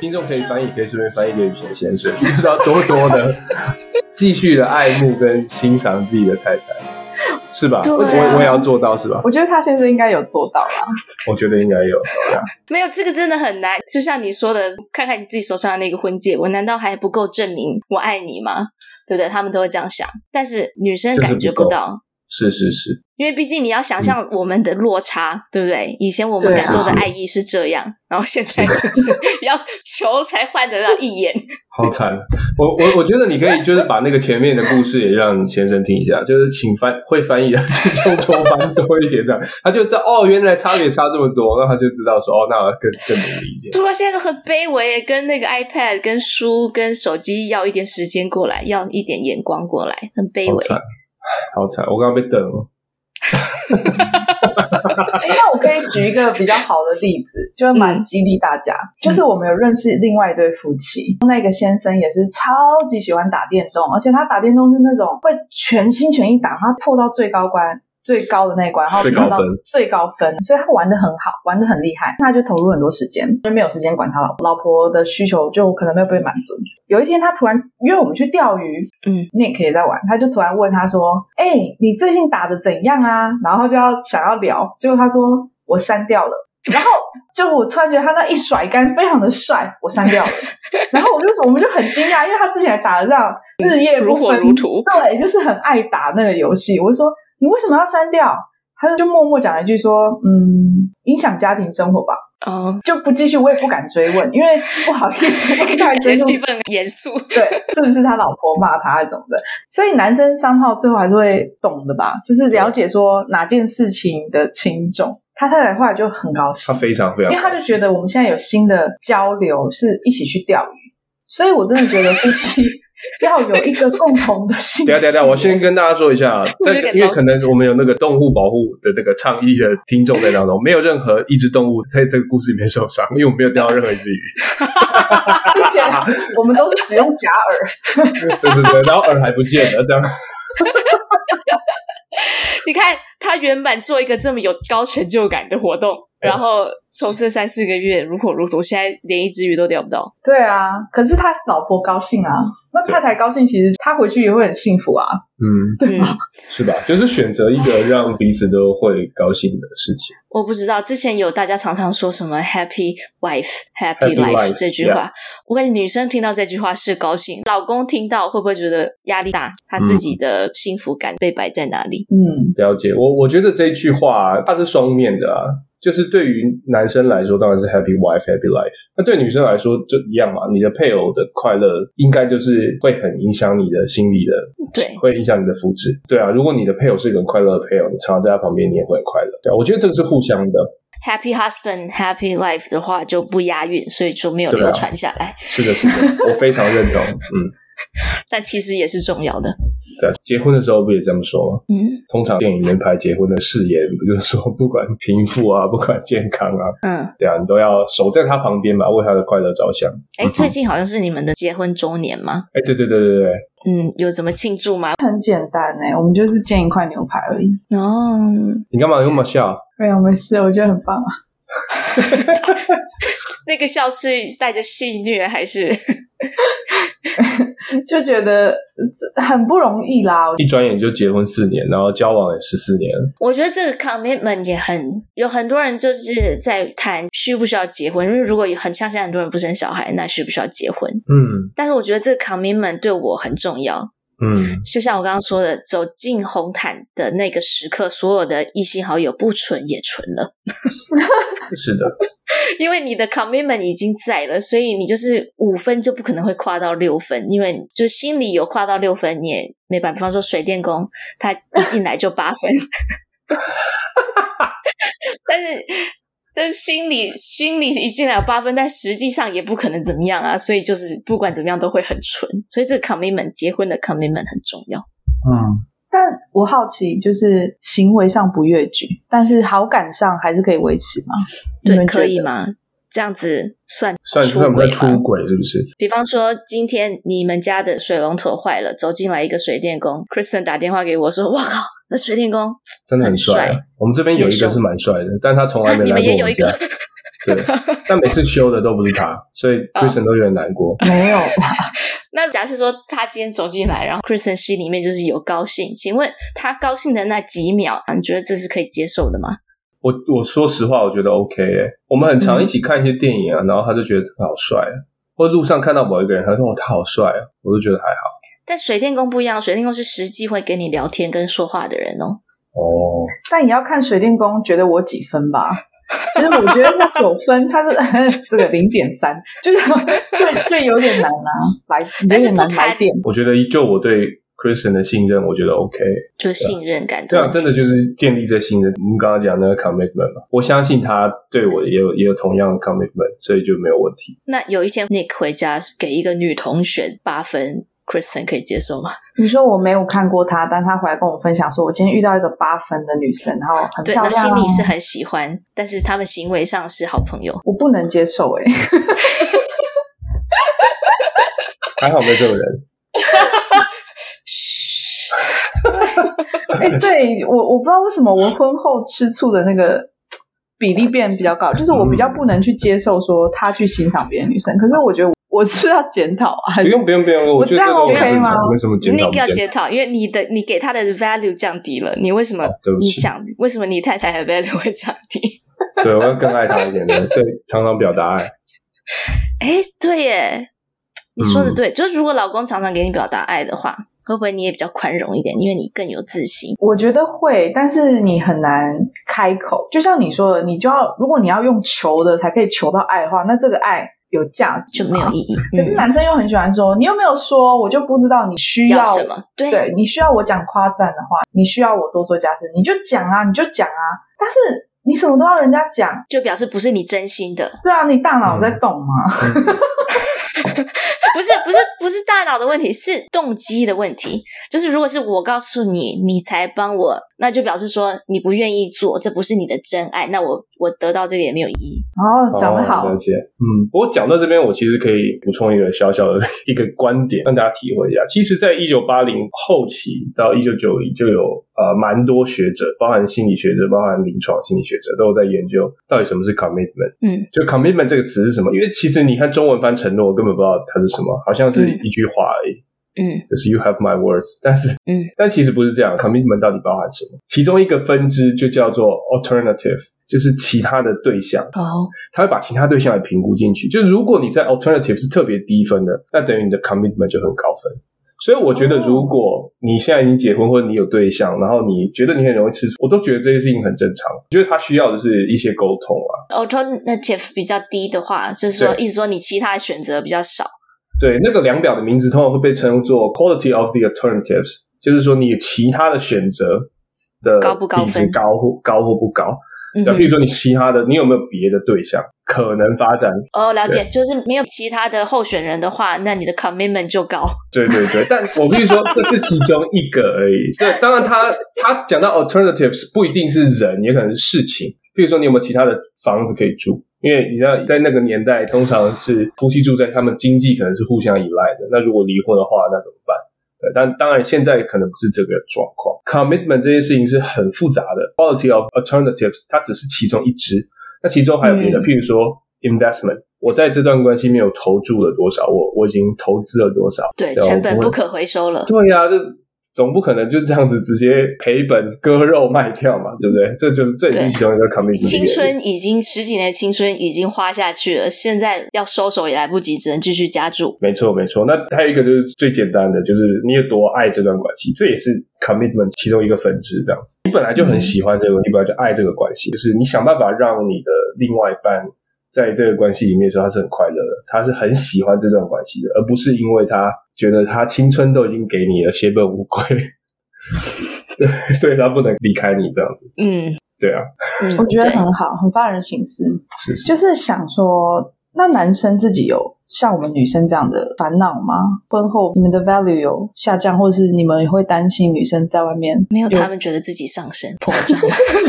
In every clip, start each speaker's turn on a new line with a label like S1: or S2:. S1: 听众可以翻译，可以顺便翻译给雨贤先生，就是要多多的继续的爱慕跟欣赏自己的太太，是吧？
S2: 对啊
S1: 我我我也要做到，是吧？
S2: 我觉得他先生应该有做到啦。
S1: 我觉得应该有，对啊
S3: 没有这个真的很难。就像你说的，看看你自己手上的那个婚戒，我难道还不够证明我爱你吗？对不对？他们都会这样想，但是女生
S1: 就是
S3: 感觉
S1: 不够嗯
S3: 不到。
S1: 是是是，
S3: 因为毕竟你要想象我们的落差，对不对？以前我们
S2: 对啊
S3: 感受的爱意是这样，然后现在就是 要求才换得到一眼。
S1: 好惨！我我我觉得你可以就是把那个前面的故事也让先生听一下，就是请翻会翻译的听众多翻多一点这样， 他就知道哦，原来差别差这么多，那他就知道说哦，那我要更更努力一点。
S3: 对啊，现在都很卑微，跟那个 iPad、跟书、跟手机要一点时间过来，要一点眼光过来，很卑
S1: 好
S3: 微
S1: 惨。，好惨！我刚刚被瞪了。
S2: 哎， 那我可以举一个比较好的例子，就是蛮激励大家。就是我们有认识另外一对夫妻，那个先生也是超级喜欢打电动，而且他打电动是那种会全心全意打，他破到最高关。最高的那一关，然后
S1: 最高
S2: 拿到
S1: 分
S2: 最高分，所以他玩的很好，玩的很厉害，那他就投入很多时间，就没有时间管他老婆老婆的需求，就可能没有被满足。有一天，他突然约我们去钓鱼，
S3: 嗯
S2: 你也可以在玩。他就突然问他说：“哎、你最近打的怎样啊？”然后就要想要聊，结果他说：“我删掉了。” 然后就我突然觉得他那一甩杆非常的帅，我删 掉了。然后我就我们就很惊讶，因为他之前还打的这样日夜不
S3: 嗯如火
S2: 分，
S3: 如荼。
S2: 对，就是很爱打那个游戏。我就说：“你为什么要删掉？”他就就默默讲了一句说：“嗯，影响家庭生活吧。
S3: 哦”，
S2: 就不继续，我也不敢追问，因为不好意思，不敢追
S3: 人
S2: 问。
S3: 气氛很严肃。
S2: 对，是不是他老婆骂他还是怎么的？所以男生三号最后还是会懂的吧，就是了解说哪件事情的轻重。他太太后来就很高兴
S1: 他，非常非
S2: 因
S1: 常
S2: 为，他就觉得我们现在有新的交流，是一起去钓鱼。所以我真的觉得夫妻 要有一个共同的兴 趣。
S1: 等一下等一下，我先跟大家说一 下，
S3: 我
S1: 这
S3: 就给
S1: 个因为可能我们有那个动物保护的那个倡议的听众在当中，没有任何一只动物在这个故事里面受伤，因为我们没有钓到任何一只 鱼。
S2: 而 且我们都是使用假饵，
S1: 对对对，然后饵还不见了，这样。
S3: 你看，他原本做一个这么有高成就感的活动，
S1: 对
S3: 然后从事三四个月如火如荼，现在连一只鱼都钓不到。
S2: 对啊，可是他老婆高兴啊，那太太高兴，其实他回去也会很幸福啊。
S1: 嗯，
S3: 嗯，
S1: 是吧？就是选择一个让彼此都会高兴的事情。
S3: 我不知道，之前有大家常常说什么 “happy wife,
S1: Happy
S3: happy life”
S1: life，
S3: 这句话我感觉女生听到这句话是高兴，老公听到会不会觉得压力大？他
S1: 嗯
S3: 自己的幸福感被摆在哪里？
S2: 嗯，
S1: 了解，我我觉得这一句话啊它是双面的啊，就是对于男生来说当然是 happy wife happy life，那对女生来说就一样嘛。你的配偶的快乐应该就是会很影响你的心理的，
S3: 对
S1: 会影响你的福祉。对啊，如果你的配偶是一个很快乐的配偶，你常常在他旁边，你也会很快乐。对啊，我觉得这个是互相的。
S3: ，“happy husband, happy life” 的话就不押韵，所以就没有
S1: 对啊
S3: 流传下来。
S1: 是的，是的，我非常认同。嗯，
S3: 但其实也是重要的。
S1: 对啊，结婚的时候不也这么说吗？
S3: 嗯
S1: 通常电影里面拍结婚的誓言，不就是说不管贫富啊，不管健康啊，
S3: 嗯，
S1: 对啊，你都要守在他旁边嘛，为他的快乐着想。
S3: 哎，最近好像是你们的结婚周年吗？
S1: 哎，对对对对对，
S3: 嗯，有怎么庆祝吗？
S2: 很简单哎、我们就是煎一块牛排而已。
S3: 哦，
S1: 你干嘛那么笑？
S2: 没有，没事，我觉得很棒啊。
S3: 那个笑是带着戏谑还是？
S2: 就觉得呃这很不容易啦。
S1: 一转眼就结婚四年，然后交往也十四年了，
S3: 我觉得这个 commitment 也很有很多人就是在谈需不需要结婚，因为如果有很像现在很多人不生小孩，那需不需要结婚？
S1: 嗯
S3: 但是我觉得这个 commitment 对我很重要，
S1: 嗯，
S3: 就像我刚刚说的，走进红毯的那个时刻，所有的异性好友不纯也纯了，
S1: 是的，
S3: 因为你的 commitment 已经在了，所以你就是五分就不可能会跨到六分，因为就心里有跨到六分，你也没办法。比方说水电工，他一进来就八分， 但是但是心里心里一进来有八分，但实际上也不可能怎么样啊，所以就是不管怎么样都会很纯，所以这个 commitment 结婚的 commitment 很重要。
S1: 嗯，
S2: 但我好奇，就是行为上不越矩，但是好感上还是可以维持吗？你
S3: 对，
S2: 们觉
S3: 可
S2: 得
S3: 以？吗？这样子算
S1: 算
S3: 出
S1: 算不
S3: 轨
S1: 算
S3: 吧
S1: 出轨？是不是？
S3: 比方说，今天你们家的水龙头坏了，走进来一个水电工，Kristen 打电话给我说：“哇靠，那水电工，
S1: 真的很帅、
S3: 很
S1: 啊
S3: 帅。
S1: 我们这边有一个是蛮帅的，但他从来没
S3: 你
S1: 来
S3: 们
S1: 过
S3: 也
S1: 我
S3: 有一
S1: 们家
S3: 个。”
S1: 对，但每次修的都不是他， 所以
S3: 哦
S1: Kristen 都有点难过。
S2: 没有，
S3: 那假设说他今天走进来，然后 Kristen 心里面就是有高兴，请问他高兴的那几秒，你觉得这是可以接受的吗？
S1: 我我说实话，我觉得 OK 哎、我们很
S3: 嗯
S1: 常一起看一些电影啊，然后他就觉得他好帅啊，或者路上看到某一个人，他说哦他好帅啊，我就觉得还好。
S3: 但水电工不一样，水电工是实际会跟你聊天跟说话的人哦。
S1: 哦，
S2: 但也要看水电工觉得我几分吧。其实我觉得是九分，他是 这个零点三，就是 就就有点难啊，来有
S3: 但是
S2: 点
S3: 不
S2: 难
S3: 谈
S2: 来电。
S1: 我觉得依就我对 Kristen 的信任，我觉得 OK。
S3: 就是信任感
S1: 对啊，
S3: 的问题。
S1: 真的就是建立这信任。我们刚刚讲那个 commitment 嘛，我相信他对我也有也有同样的 commitment，所以就没有问题。
S3: 那有一天 Nick 回家给一个女同学八分，Kristen 可以接受吗？
S2: 你说我没有看过她，但她回来跟我分享说，我今天遇到一个八分的女生，然后很
S3: 对，
S2: 漂
S3: 那
S2: 亮、
S3: 心
S2: 啊，
S3: 里是很喜欢，但是他们行为上是好朋友。
S2: 我不能接受哎、欸
S1: 还好没有这种 人，
S3: 嘘，
S2: 哎、对我我不知道为什么我婚后吃醋的那个比例变比较高，就是我比较不能去接受说她去欣赏别的女生，可是我觉得我是要检讨啊
S1: 不，用不用不用，我觉得
S2: 这样
S1: 个
S2: OK
S1: 很正常
S2: 吗
S1: 没什么 检讨
S3: Nick
S1: 不
S3: 要
S1: 检
S3: 检讨，因为你的你给他的 value 降低了，你为什么？
S1: 讨。哦对不
S3: 你
S1: 起，
S3: 想为什么你太太的 value 会降 低？
S1: 对我要更爱他一点的，对，常常表 达爱。
S3: 哎，对耶，你说的对，
S1: 嗯
S3: 就是如果老公常常给你表达爱的话，会不会你也比较宽容一点？因为你更有自信。
S2: 我觉得会，但是你很难开口。就像你说的，你就要如果你要用求的才可以求到爱的话，那这个爱有价值
S3: 就
S2: 吗
S3: 没有
S1: 啊
S3: 意义。
S2: 可是
S3: 嗯
S2: 男生又很喜欢说，你又没有说，我就不知道你需
S3: 要什么？对
S2: 对你需要我讲夸赞的话，你需要我多做家事，你就讲啊，你就讲啊。但是你什么都要人家讲，
S3: 就表示不是你真心的，
S2: 对啊，你大脑
S1: 嗯
S2: 在动嘛。
S3: 不是不是不是大脑的问题，是动机的问题。就是如果是我告诉你，你才帮我，那就表示说你不愿意做，这不是你的真爱。那我我得到这个也没有意义。
S2: 哦，讲得好
S1: 哦，了解。嗯，不过讲到这边，我其实可以补充一个小小的一个观点，让大家体会一下。其实，在一九八零后期到一九九零，就有呃蛮多学者，包含心理学者，包含临床心理学者，都有在研究到底什么是 commitment。
S3: 嗯，
S1: 就 commitment 这个词是什么？因为其实你看中文翻承诺，我根本不知道它是什么，好像是一句话而已。
S3: 嗯
S1: 就是 you have my words，但是，
S3: 嗯，
S1: 但其实不是这样，commitment 到底包含什么？其中一个分支就叫做 alternative，就是其他的对象。
S3: 哦，
S1: 他会把其他对象也评估进去。就是如果你在 alternative 是特别低分的，那等于你的 commitment 就很高分。所以我觉得，
S2: 哦
S1: 如果你现在已经结婚，或者你有对象，然后你觉得你很容易吃醋，我都觉得这些事情很正常。我觉得他需要的是一些沟通啊。
S3: alternative 比较低的话，就是说
S1: 对
S3: 意思说你其他的选择比较少。
S1: 对，那个量表的名字通常会被称作 quality of the alternatives，就是说你其他的选择的
S3: 高不高分
S1: 比值高或高或不高。
S3: 嗯
S1: 那
S3: 哼
S1: 比如说你其他的，你有没有别的对象可能发展
S3: 哦，了解，就是没有其他的候选人的话，那你的 commitment 就高。
S1: 对对对，但我必须说，这是其中一个而已。对，当然他他讲到 alternatives 不一定是人，也可能是事情。譬如说，你有没有其他的房子可以住？因为你知道，在那个年代，通常是夫妻住在，他们经济可能是互相依赖的。那如果离婚的话，那怎么办？对，但当然现在可能不是这个状况。commitment 这件事情是很复杂的，quality of alternatives 它只是其中一支，那其中还有别的，
S3: 嗯
S1: 譬如说 investment。我在这段关系没有投注了多少，我我已经投资了多少，
S3: 对，
S1: 对啊
S3: 成本
S1: 我不会
S3: 不可回收了。
S1: 对啊呀、这总不可能就这样子直接赔本割肉卖掉嘛，对不对？这就是这也是
S3: 对
S1: 其中一个 commitment。
S3: 青春已经十几年，的青春已经花下去了，现在要收手也来不及，只能继续加注。
S1: 没错，没错。那还有一个就是最简单的，就是你有多爱这段关系，这也是 commitment 其中一个分支。这样子，你本来就很喜欢这个，你本来就爱这个关系，就是你想办法让你的另外一半在这个关系里面的时候，他是很快乐的，他是很喜欢这段关系的，而不是因为他觉得他青春都已经给你了，血本无归， 对，所以他不能离开你这样子。
S3: 嗯
S1: 对啊，
S3: 嗯，
S2: 我觉得
S3: 对
S2: 很好，很发人深思。
S1: 是是。
S2: 就是想说，那男生自己有像我们女生这样的烦恼吗？婚后你们的 value 有下降，或是你们也会担心女生在 外面
S3: 没有他们觉得自己上升膨胀。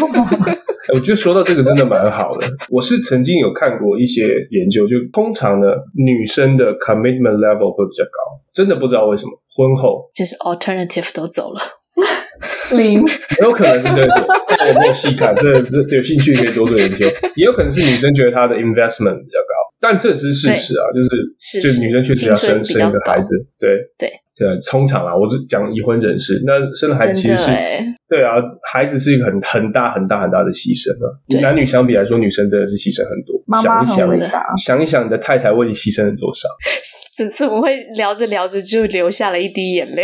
S1: 我觉得说到这个真的蛮好的。我是曾经有看过一些研究，就通常呢，女生的 commitment level 会比较高，真的不知道为什么。婚后
S3: 就是 alternative 都走了，
S2: 零，
S1: 也有可能是这个 点，但我没有细看，这这有兴趣可以多做研究。也有可能是女生觉得她的 investment 比较高，但这只是事实啊，就是
S3: 是
S1: 就是女生确实要
S3: 青春
S1: 生
S3: 比较
S1: 生一个孩子，对
S3: 对
S1: 对啊，通常啊，我只讲已婚人士，那生了孩子
S3: 真
S1: 其
S3: 的
S1: 实是
S3: 哎，
S1: 对啊，孩子是一个很很大很大很大的牺牲啊。
S3: 对
S1: 男女相比来说，女生真的是牺牲很多。
S2: 妈妈
S1: 想
S2: 很啊
S1: 一
S2: 伟
S1: 想，
S2: 大。
S1: 想一想你的太太为你牺牲了多少？
S3: 只是我会聊着聊着就流下了一滴眼 泪。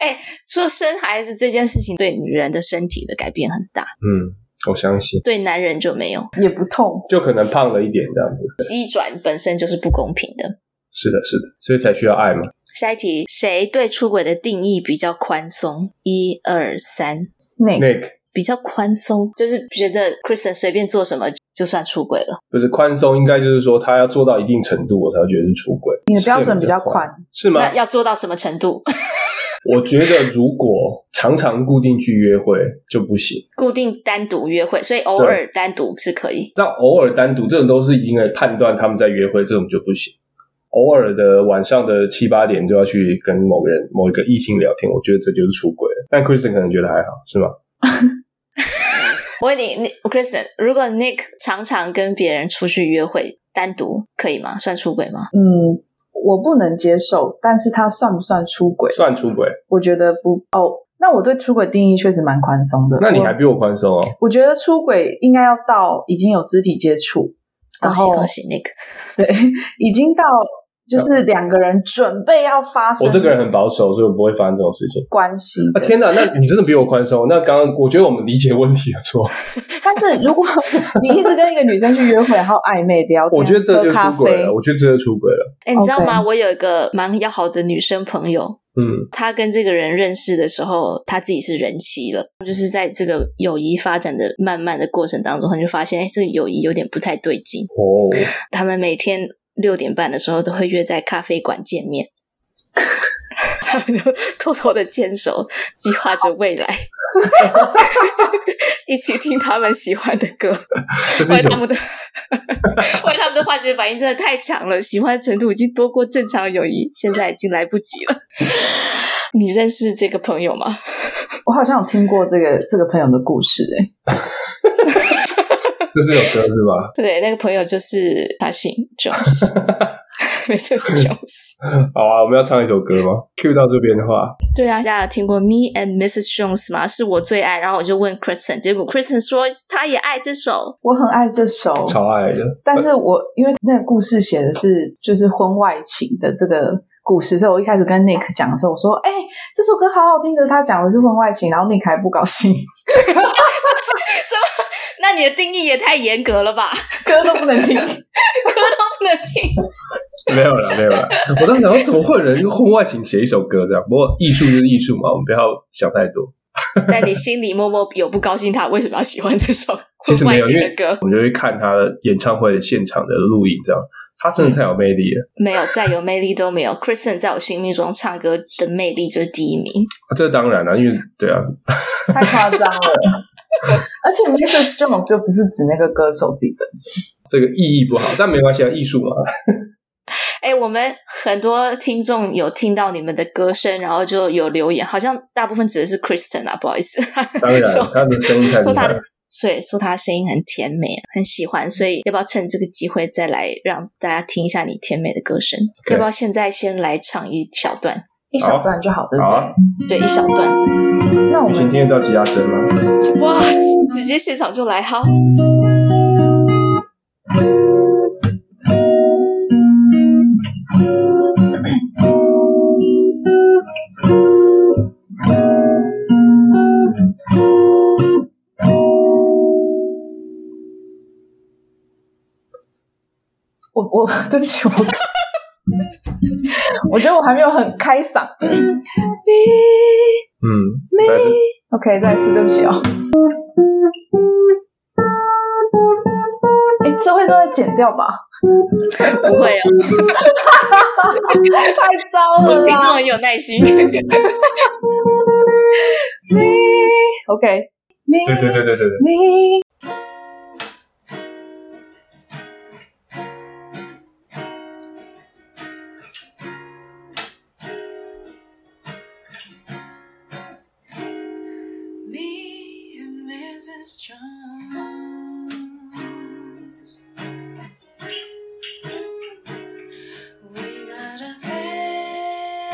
S3: 哎，说生孩子这件事情对女人的身体的改变很大，
S1: 嗯，我相信，
S3: 对男人就没有。
S2: 也不痛，
S1: 就可能胖了一点这样子。
S3: 机转本身就是不公平的。
S1: 是的，是的，所以才需要爱嘛。
S3: 下一题，谁对出轨的定义比较宽松？一二三，
S2: 那
S1: Nick
S3: 比较宽松，就是觉得 Kristen 随便做什么就算出轨了。
S1: 就是宽松，应该就是说他要做到一定程度，我才会觉得是出轨。
S2: 你的标准比较
S1: 宽，
S2: 宽，
S1: 是吗？
S3: 那要做到什么程度？
S1: 我觉得如果常常固定去约会就不行。
S3: 固定单独约会，所以偶尔单独是可以。
S1: 那偶尔单独这种都是因为判断他们在约会，这种就不行。偶尔的晚上的七八点就要去跟某个人、某一个异性聊天，我觉得这就是出轨了。但 Kristen 可能觉得还好，是吗？
S3: 我问你，你 Kristen，如果 Nick 常常跟别人出去约会，单独可以吗？算出轨吗？
S2: 嗯，我不能接受，但是它算不算出轨？
S1: 算出轨？
S2: 我觉得不哦。那我对出轨定义确实蛮宽松的。
S1: 那你
S2: 我
S1: 还比我宽松哦。
S2: 我觉得出轨应该要到已经有肢体接触，
S3: 恭
S2: 然
S3: 喜
S2: 后
S3: 恭喜 Nick！
S2: 对，已经到就是两个人准备要发生
S1: 我这个人很保守，所以我不会发生这种事情。
S2: 关系
S1: 啊
S2: 的。
S1: 天哪，那你真的比我宽松？那刚刚我觉得我们理解问题有错，
S2: 但是如果你一直跟一个女生去约会，然后暧昧聊天，
S1: 我觉得这就
S2: 喝咖
S1: 出轨
S2: 啡
S1: 了，，我觉得这就出轨了。
S3: 哎，你知道吗？我有一个蛮要好的女生朋友，
S1: 嗯，
S3: 他跟这个人认识的时候，他自己是人妻了，就是在这个友谊发展的慢慢的过程当中，他就发现，哎，这个友谊有点不太对劲。
S1: 哦，
S3: 他们每天六点半的时候都会约在咖啡馆见面， 他们就偷偷的牵手，计划着未来， 一起听他们喜欢的歌。
S1: 这是
S3: 为
S1: 一
S3: 他
S1: 种
S3: 们的， 为他们的化学反应真的太强了，喜欢程度已经多过正常友谊，现在已经来不及了。你认识这个朋友吗？
S2: 我好像有听过这个这个朋友的故事、欸，
S1: 这是首歌是 吧？
S3: 对，那个朋友就是他姓 Jones，没错是 Jones。
S1: 好啊，我们要唱一首歌吗？Q 到这边的话，
S3: 对啊，大家有听过 Me and Mrs. Jones 吗？是我最爱。然后我就问 Kristen，结果 Kristen 说他也爱这首。
S2: 我很爱这首，
S1: 超爱的。
S2: 但是我因为那个故事写的是就是婚外情的这个故事，所以我一开始跟 Nick 讲的时候，我说：“哎、这首歌好好听。”可是他讲的是婚外情，然后 Nick 还不高兴，
S3: 那你的定义也太严格了吧？
S2: 歌都不能听。
S3: 不能听。
S1: 没有了，没有 了。我当时想说，怎么会有人用婚外情写一首歌这样？不过艺术就是艺术嘛，我们不要想太多。
S3: 但你心里默默有不高兴，他为什么要喜欢这首
S1: 其实
S3: 婚
S1: 没
S3: 外
S1: 有，因
S3: 情的
S1: 为
S3: 歌？
S1: 我们就会看他的演唱会的现场的录影，这样他真的太有魅力了。
S3: 没有，再有魅力都没有。Kristen 在我心目中唱歌的魅力就是第一名。
S1: 啊这当然了、因为对啊，
S2: 太夸张了。而且 Mrs. Jones 就不是指那个歌手自己本身，
S1: 这个意义不好，但没关系啊，艺术 嘛。
S3: 哎，我们很多听众有听到你们的歌声，然后就有留言，好像大部分指的是 Kristen 啊，不好意思，
S1: 当 然
S3: 说，
S1: 他的声音太
S3: 说
S1: 厉
S3: 他
S1: 害
S3: 的
S1: 了。。
S3: 对，说他的声音很甜美，啊很喜欢，所以要不要趁这个机会再来让大家听一下你甜美的歌声
S1: OK
S3: 要不要现在先来唱一小段？
S2: 一小段就好，对不
S1: 好啊
S2: 对？
S3: 对，一小段。
S2: 那我
S1: 你先
S2: 们
S1: 听得到吉他声吗？
S3: 哇，直直接现场就来好。
S2: 我我对不起我。 我觉得我还没有很开嗓
S1: 嗯，但是
S2: ，OK，再一次对不起哦。哎，这会都会剪掉吧？
S3: 不会哦，
S2: 太糟了啦！
S3: 听众很有耐心。
S2: OK，你
S1: 对对对对对对，
S2: 你
S4: loses charms. We got a thing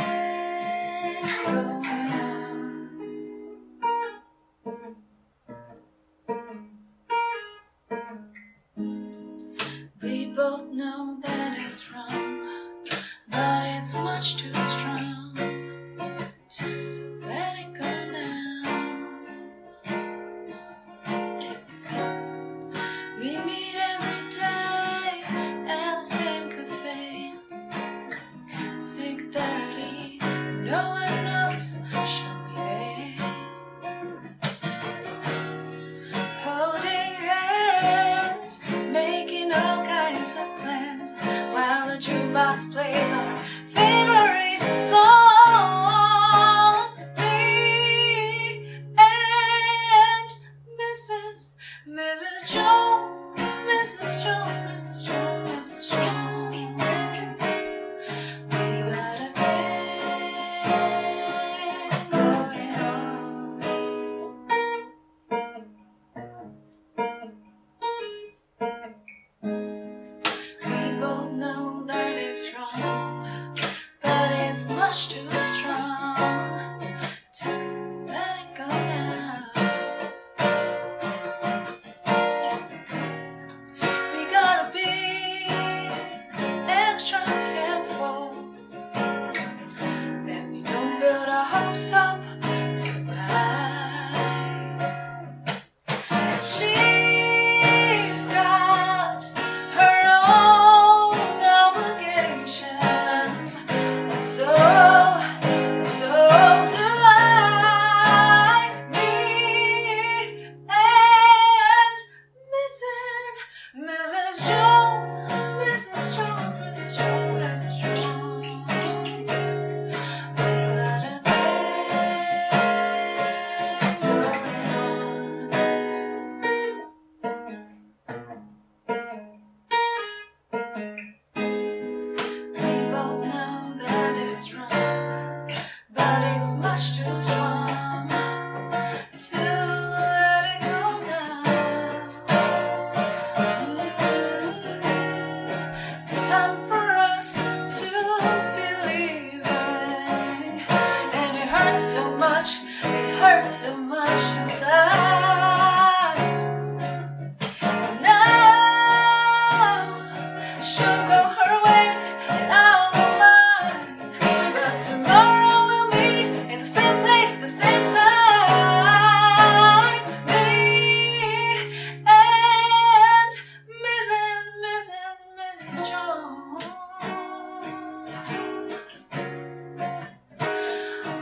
S4: going on. We both know that it's wrong, but it's much too strong to let it go now. We meet every day at the same cafe, 6:30. No one knows she'll be there. Holding hands, making all kinds of plans while the jukebox plays our favorite song. Me and Mrs. Mrs. Jones, Mrs. Jones, Mrs. Jones, Mrs. Jones. We got a thing going on. We both know that it's wrong, but it's much too strong to let it go now. We gotta be extra careful that we don't build our hopes up too high. Cause she's got her own obligations, and so, and so do I. Me and Mrs. Mrs. Jones, Mrs. Jones, Mrs. Jones, Mrs. Jones. We got a thing going on. We both know that it's wrong, but it's much too strong to let it go now. It's time for us to be leaving, and it hurts so much. It hurts so much inside. Now she'll go her way and I'll go mine. But tomorrow we'll meet in the same place, the same time. Me and Mrs. Mrs. Mrs. Jones.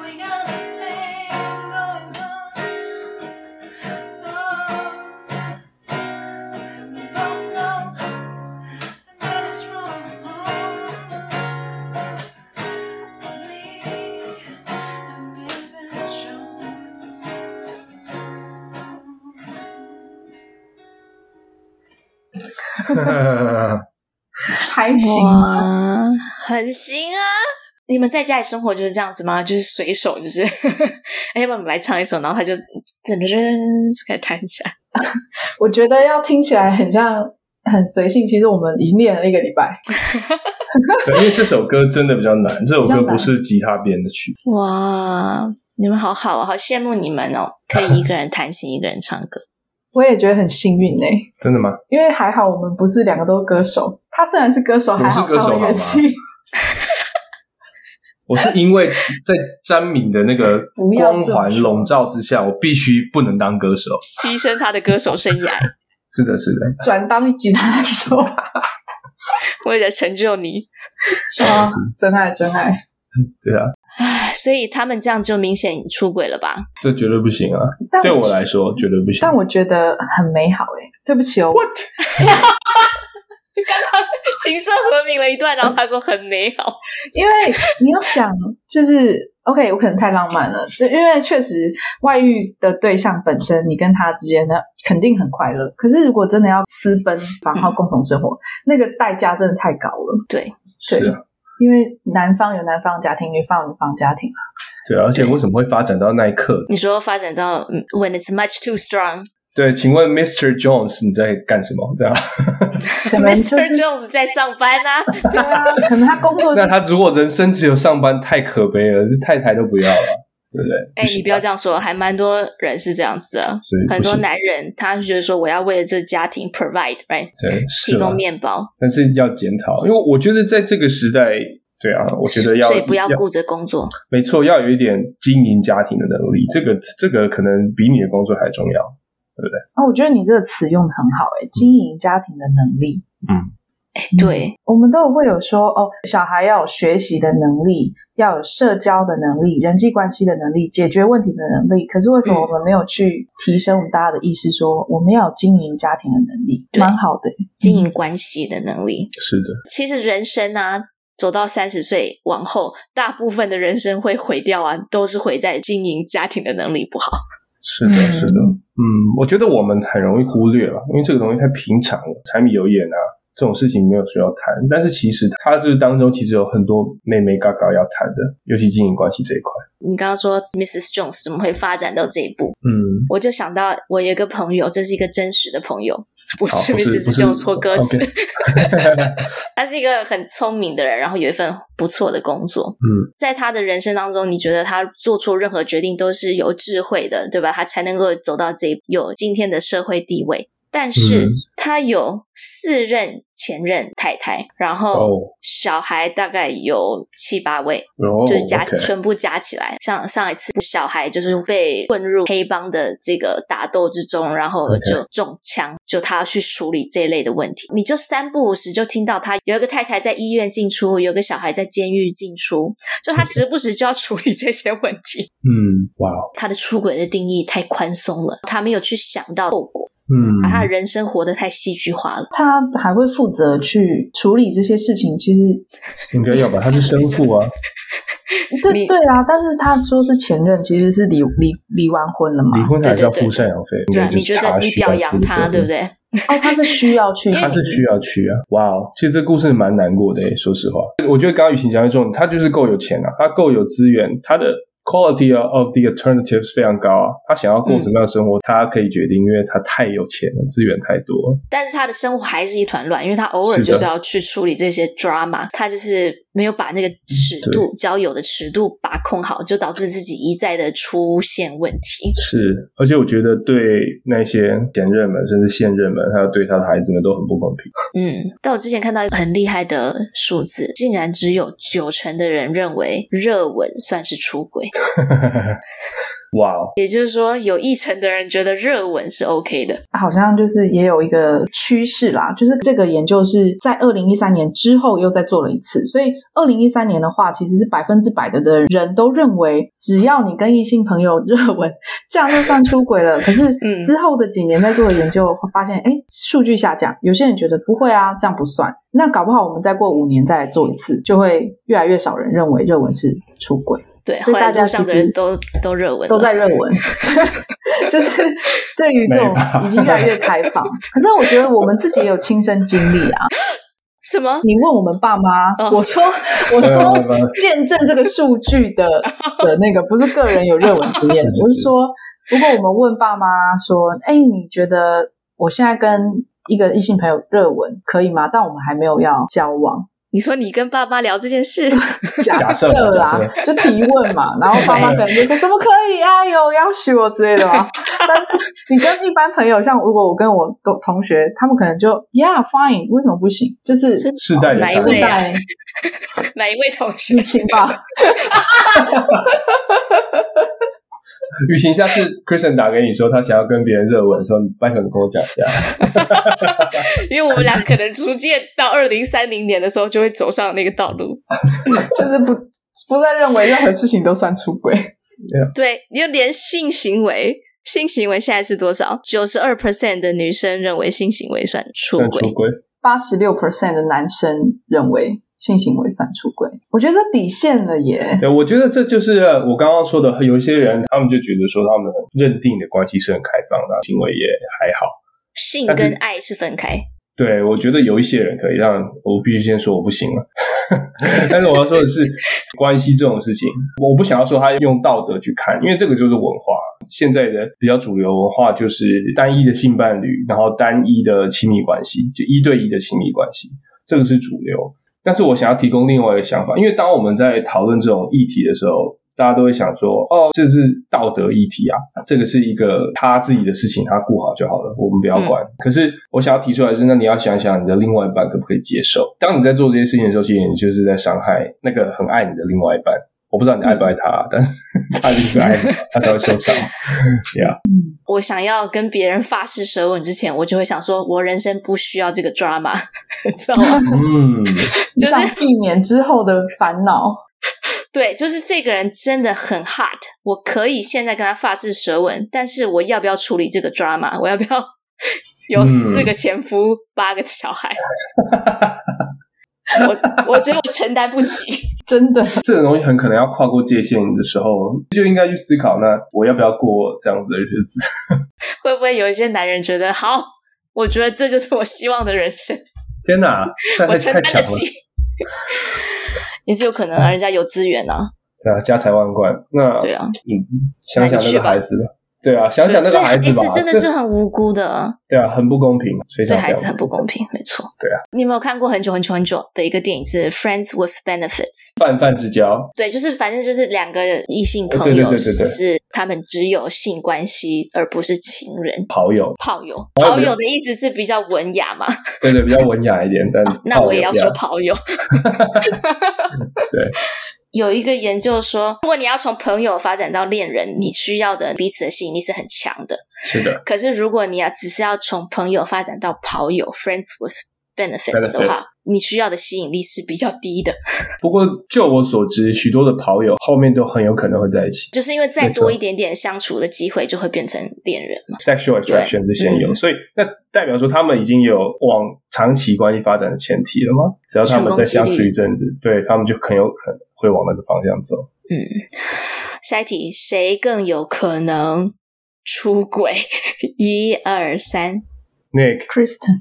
S4: We got a thing going on. Oh. And we both know that it's wrong. Me and Mrs. Jones.
S2: 还行啊，
S3: 哇，很行啊！你们在家里生活就是这样子吗？就是随手就是 哎，要不然我们来唱一首，然后他就整个人就开始弹起来。
S2: 我觉得要听起来很像很随性，其实我们已经练了一个礼拜，
S1: 对，因为这首歌真的比较难，这首
S2: 比较
S1: 歌
S2: 难
S1: 不是吉他编的曲。
S3: 哇，你们好好啊，好羡慕你们哦，可以一个人弹琴，一个人唱歌。
S2: 我也觉得很幸运呢、
S1: 真的吗？
S2: 因为还好我们不是两个都是歌手，他虽然是歌手，
S1: 我是
S2: 还好
S1: 歌手
S2: 他会乐器，
S1: 我是因为在詹敏的那 个
S2: 不要这
S1: 光
S2: 么说
S1: 环笼罩之下，我必须不能当歌手。
S3: 牺牲他的歌手生 涯，
S1: 是的，是的，
S2: 转当吉他手，
S3: 为了成就你。
S2: 啊，真爱真爱。
S1: 对啊，
S3: 唉，所以他们这样就明显出轨了吧？
S1: 这绝对不行啊！
S2: 但
S1: 对我
S2: 觉
S1: 来说绝对不行。
S2: 但我觉得很美好哎、对不起哦，
S3: 琴瑟和鸣了一段，然后他说很美好。
S2: 因为你要想，就是 OK，我可能太浪漫了，对因为确实外遇的对象本身，你跟他之间的肯定很快乐，可是如果真的要私奔，然后共同生活，那个代价真的太高了，
S3: 对，
S1: 嗯是啊，
S2: 因为男方有男方的家庭，女方有女方的家庭，啊
S1: 对啊，而且为什么会发展到那一刻？
S3: 你说发展到嗯 when it's much too strong，
S1: 对，请问 Mr. Jones 你在干什么？对啊，
S2: 可能就
S3: ，Mr.
S2: 是
S3: Jones 在上班啊，
S2: 对啊， 可能他工
S3: 哦
S2: 作就
S1: 那他如果人生只有上班，太可悲了，太太都不要了，对不对？
S3: 哎、你不要这样说，还蛮多人是这样子的
S1: 所以，不
S3: 很多
S1: 行
S3: 男人他就觉得说我要为了这家庭 provide right
S1: 对，
S3: 提
S1: 是啊
S3: 供面包，
S1: 但是要检讨，因为我觉得在这个时代，对啊，我觉得要嗯
S3: 所以不要顾着工作。
S1: 没错，要有一点经营家庭的能力，这个这个可能比你的工作还重要。
S2: 啊，我觉得你这个词用的很好、欸，哎，经营家庭的能力，
S3: 哎、对，
S2: 我们都会有说哦，小孩要有学习的能力，要有社交的能力，人际关系的能力，解决问题的能力。可是为什
S3: 嗯
S2: 么我们没有去提升我们大家的意识说我们要有经营家庭的能力，
S3: 对
S2: 蛮好的、欸
S3: 经
S1: 嗯
S3: 营关系的能力，
S1: 是的，
S3: 其实人生啊。走到三十岁往后，大部分的人生会毁掉啊，都是毁在经营家庭的能力不好。
S1: 是的，
S2: 嗯
S1: 是的。嗯，我觉得我们很容易忽略了，因为这个东西太平常了，柴米油盐啊这种事情没有需要谈。但是其实它这当中其实有很多妹妹嘎嘎要谈的，尤其经营关系这一块。
S3: 你刚刚说 Mrs. Jones 怎么会发展到这一步，
S1: 嗯，
S3: 我就想到我有一个朋友，这是一个真实的朋友，不是
S1: 好哦不是
S3: Mrs.
S1: 不是
S3: Jones 或歌词
S1: OK
S3: 他是一个很聪明的人，然后有一份不错的工作。
S1: 嗯，
S3: 在他的人生当中，你觉得他做出任何决定都是有智慧的，对吧？他才能够走到这一有今天的社会地位。但是
S1: 嗯
S3: 他有四任前任太太，然后
S1: 哦
S3: 小孩大概有七八位。
S1: 然后
S3: 就是加
S1: 哦 OK，
S3: 全部加起来，像上一次小孩就是被混入黑帮的这个打斗之中，然后
S1: OK
S3: 就中枪就他要去处理这一类的问题。你就三不五时就听到他有一个太太在医院进出，有一个小孩在监狱进出，就他时不时就要处理这些问题。
S1: 嗯，哇哦，
S3: 他的出轨的定义太宽松了，他没有去想到后果，
S1: 嗯，
S3: 把他的人生活得太戏剧化了。
S2: 他还会负责去处理这些事情，其实
S1: 应该要把他是生父 啊，
S2: 对
S3: 你
S2: 对啊，但是他说是前任，其实是离离离完婚了嘛
S1: 离，婚还是要
S3: 对
S1: 付
S3: 对对
S1: 赡养费。
S3: 对啊，
S1: 应该
S3: 你
S1: 就是
S3: 觉得
S1: 他
S3: 你
S1: 需要
S3: 表扬
S1: 负责
S3: 他，对不对？
S2: 哦，他是需要去，
S3: 因为
S1: 他是需要去啊，哇哦！其实这故事蛮难过的诶，欸说实话，我觉得刚刚雨晴讲的重点，他就是够有钱啊，他够有资源，他的 quality of the alternatives 非常高啊，他想要过什么样的生活，
S3: 嗯
S1: 他可以决定，因为他太有钱了，资源太多了。
S3: 但是他的生活还是一团乱，因为他偶
S1: 是
S3: 尔
S1: 的
S3: 就是要去处理这些 drama，他就是没有把那个
S2: 嗯
S3: 尺度交友的尺度把控好，就导致自己一再的出现问题。
S1: 是，而且我觉得对那些前任们，甚至现任们，还有对他的孩子们都很不公平。
S3: 嗯，但我之前看到一个很厉害的数字，竟然只有九成的人认为热吻算是出轨，
S1: 哇哦，
S3: 也就是说有一成的人觉得热吻是 OK 的。
S2: 好像就是也有一个趋势啦，就是这个研究是在二零一三年之后又再做了一次，所以二零一三年的话，其实是百分之百的的人都认为，只要你跟异性朋友热吻，这样就算出轨了。可是
S3: 嗯
S2: 之后的几年在做的研究发现，哎，数据下降，有些人觉得不会啊，这样不算。那搞不好我们再过五年再来做一次，就会越来越少人认为热吻是出轨。
S3: 对，后
S2: 所以
S3: 来
S2: 大家
S3: 路上的
S2: 其实
S3: 人都都热吻了，
S2: 都在热文， 就是对于这种
S1: 没吧
S2: 已经越来越开放。可是我觉得我们自己也有亲身经历啊。
S3: 什么？
S2: 你问我们爸妈，
S3: 哦
S2: 我说我说见证这个数据的的那个不是个人有热文经验，
S1: 是是
S2: 我是说，如果我们问爸妈说，哎，你觉得我现在跟一个异性朋友热吻可以吗？但我们还没有要交往，
S3: 你说你跟爸妈聊这件 事，
S2: 假
S1: 假
S2: 设
S1: 设哎嘛
S2: 啦
S1: 假，
S2: 就提问嘛，然后爸妈可能就说怎么可以啊，有要许我之类的嘛。但是你跟一般朋友，像如果我跟我同同学，他们可能就 Yeah fine，为什么不行？就是
S3: 是
S1: 世代的
S3: 哪一
S1: 差
S2: 世
S1: 异
S3: 位啊
S2: 代
S3: 哪一位同学
S2: 疫？情吧，
S1: 雨晴，下次 Kristen 打给你说他想要跟别人热吻的时候，你拜托你跟我讲一下。
S3: 因为我们俩可能逐渐到二零三零年的时候，就会走上那个道 路。
S2: 就是不不再认为任何事情都算出轨。
S3: 对，你就连性行为，性行为现在是多少？九十二 percent 的女生认为性行为算出
S1: 算
S3: 轨
S1: 出。轨，
S2: 八十六 percent 的男生认为性行为算出轨，我觉得这底线了 耶。
S1: 对，我觉得这就是呃我刚刚说的，有一些人他们就觉得说他们认定的关系是很开放的，行为也还好。
S3: 性
S1: 但是
S3: 跟爱是分开，
S1: 对，我觉得有一些人可以让我必须先说我不行了， 但是我要说的是，关系这种事情，我不想要说他用道德去看，因为这个就是文化。现在的比较主流文化就是单一的性伴侣，然后单一的亲密关系，就一对一的亲密关系，这个是主流。但是我想要提供另外一个想法，因为当我们在讨论这种议题的时候，大家都会想说，哦，这是道德议题啊，这个是一个他自己的事情，他顾好就好了，我们不要管。
S3: 嗯
S1: 可是我想要提出来的是，那你要想想你的另外一半可不可以接受？当你在做这些事情的时候，其实你就是在伤害那个很爱你的另外一半。我不知道你爱不爱他，啊
S3: 嗯
S1: 但 是他就是爱你，他才会受伤。
S3: 我想要跟别人发誓舌吻之前，我就会想说，我人生不需要这个 drama，知道 吗？
S1: 嗯，
S2: 你
S3: 就是
S2: 想避免之后的烦恼。
S3: 对，就是这个人真的很 hot，我可以现在跟他发誓舌吻，但是我要不要处理这个 drama？我要不要有
S1: 嗯
S3: 四个前夫、八个小孩？ 我我觉得我承担不起。
S2: 真的，
S1: 这种东西很可能要跨过界限的时候，就应该去思考，那我要不要过这样子的日子？
S3: 会不会有一些男人觉得好？我觉得这就是我希望的人生，
S1: 天哪， 太
S3: 我
S1: 太
S3: 承
S1: 太
S3: 担
S1: 强
S3: 得
S1: 了！
S3: 起。 也是有可能啊，人家有资源啊，
S1: 对啊，家财万贯。那
S3: 对啊，
S1: 嗯，想想
S3: 那你
S1: 那
S3: 去
S1: 个
S3: 吧
S1: 孩子，对啊，想想那
S3: 对哎
S1: 个孩子吧
S3: 这，真的是很无辜的，
S1: 对啊，很不公平，非
S3: 对
S1: 常
S3: 孩
S1: 非
S3: 子
S1: 常
S3: 很不公平，没错。
S1: 对啊，
S3: 你有没有看过很久很久很久的一个电影是《Friends with Benefits》？
S1: 泛泛之交。
S3: 对，就是反正就是两个异性
S1: 哦对
S3: 朋友
S1: 对对对对
S3: 是他们只有性关系，而不是情人。
S1: 好友，
S3: 炮友，
S1: 哦
S3: 炮友的意思是比较文雅嘛？
S1: 对对，比较文雅一点，但
S3: 啊，那我也要
S1: 炮友
S3: 说炮友。
S1: 对，
S3: 有一个研究说，如果你要从朋友发展到恋人，你需要的彼此的吸引力是很强的。
S1: 是的，
S3: 可是如果你要只是要从朋友发展到跑友 （friends with benefits） 的话，你需要的吸引力是比较低的，
S1: 不过就我所知，许多的跑友后面都很有可能会在一起
S3: 就是因为再
S1: 没错
S3: 多一点点相处的机会，就会变成恋人嘛。
S1: ，sexual
S3: 对
S1: attraction 是先有，
S3: 嗯
S1: 所以那代表说他们已经有往长期关系发展的前提了吗？只要他们再相
S3: 成
S1: 处
S3: 功几率
S1: 一阵子，对他们就很有可能会往那个方向走。
S3: 嗯，下一题，谁更有可能出轨？ 一二三，
S1: Nick，
S2: Kristen，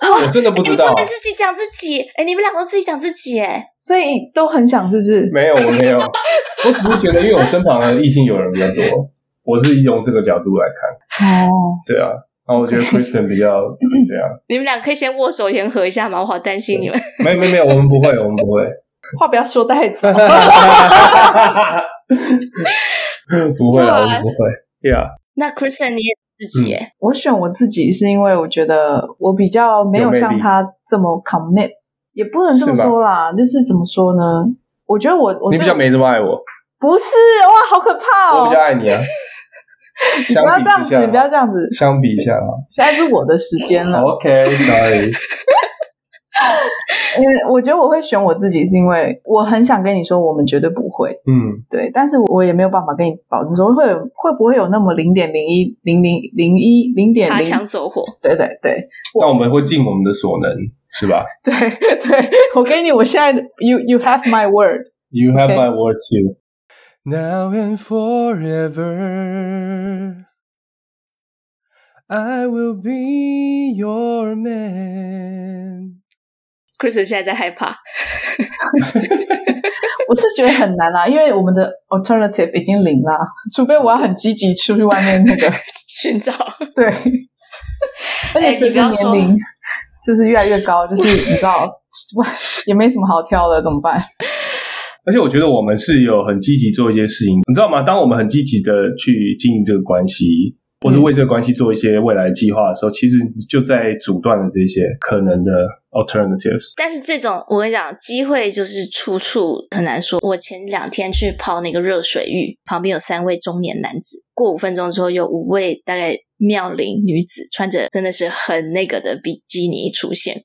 S1: 我真的不
S3: 哎
S1: 知
S3: 你
S1: 道啊
S3: 不，能自己讲自己，哎，你们两个都自己讲自己，哎，
S2: 所以都很想是不是？
S1: 没有，我没有，我只是觉得，因为我身旁的异性友人比较多，我是用这个角度来看，
S2: 哦，
S1: 对啊。然后我觉得 Kristen 比 较，对啊，
S3: 你们俩可以先握手言和一下吗？我好担心你们。
S1: 没有没有没有，我们不会，我们不会，
S2: 话不要说太早。
S1: 不会啊，我们不会，Yeah，
S3: 那 Kristen，你也自己，哎
S2: 我选我自己是因为我觉得我比较没有像他这么 commit，也不能这么说啦，就是怎么说呢？我觉得我 我
S1: 你比较
S2: 对
S1: 没这么爱我，
S2: 不是哇，好可怕
S1: 我
S2: 哦
S1: 比！较爱你 啊。
S2: 你不要这样
S1: 相比之下，
S2: 子，你不要这样子，
S1: 相比一下啊。
S2: 现在是我的时间了。
S1: OK，Sorry，
S2: 因为我觉得我会选我自己，是因为我很想跟你说，我们绝对不会
S1: 嗯，
S2: 对，但是我也没有办法跟你保证说会有会不会有那么零点零一零零零一零点
S3: 擦
S2: 零
S3: 枪，走火。
S2: 对对对，
S1: 那我们会尽我们的所能，是吧
S2: 对对，我给你，我现在 you you have my word。
S1: ？You have
S2: Okay
S1: my word too. Now and forever, I will be your man.
S3: Kristen 现在在害怕，
S2: 我是觉得很难啊啦，因为我们的 alternative 已经零啦，除非我要很积极出去外面那个
S3: 寻找。
S2: 对， 而且随
S3: 你不
S2: 着
S3: 要说
S2: 年龄就是越来越高，就是你知道 也没什么好挑的，怎么办？
S1: 而且我觉得我们是有很积极做一些事情，你知道吗？当我们很积极的去经营这个关系，或
S2: 嗯
S1: 者为这个关系做一些未来计划的时候，其实你就在阻断了这些可能的 alternatives。
S3: 但是这种我跟你讲，机会就是出处很难说。我前两天去泡那个热水浴，旁边有三位中年男子，过五分钟之后有五位大概妙龄女子，穿着真的是很那个的比基尼出现，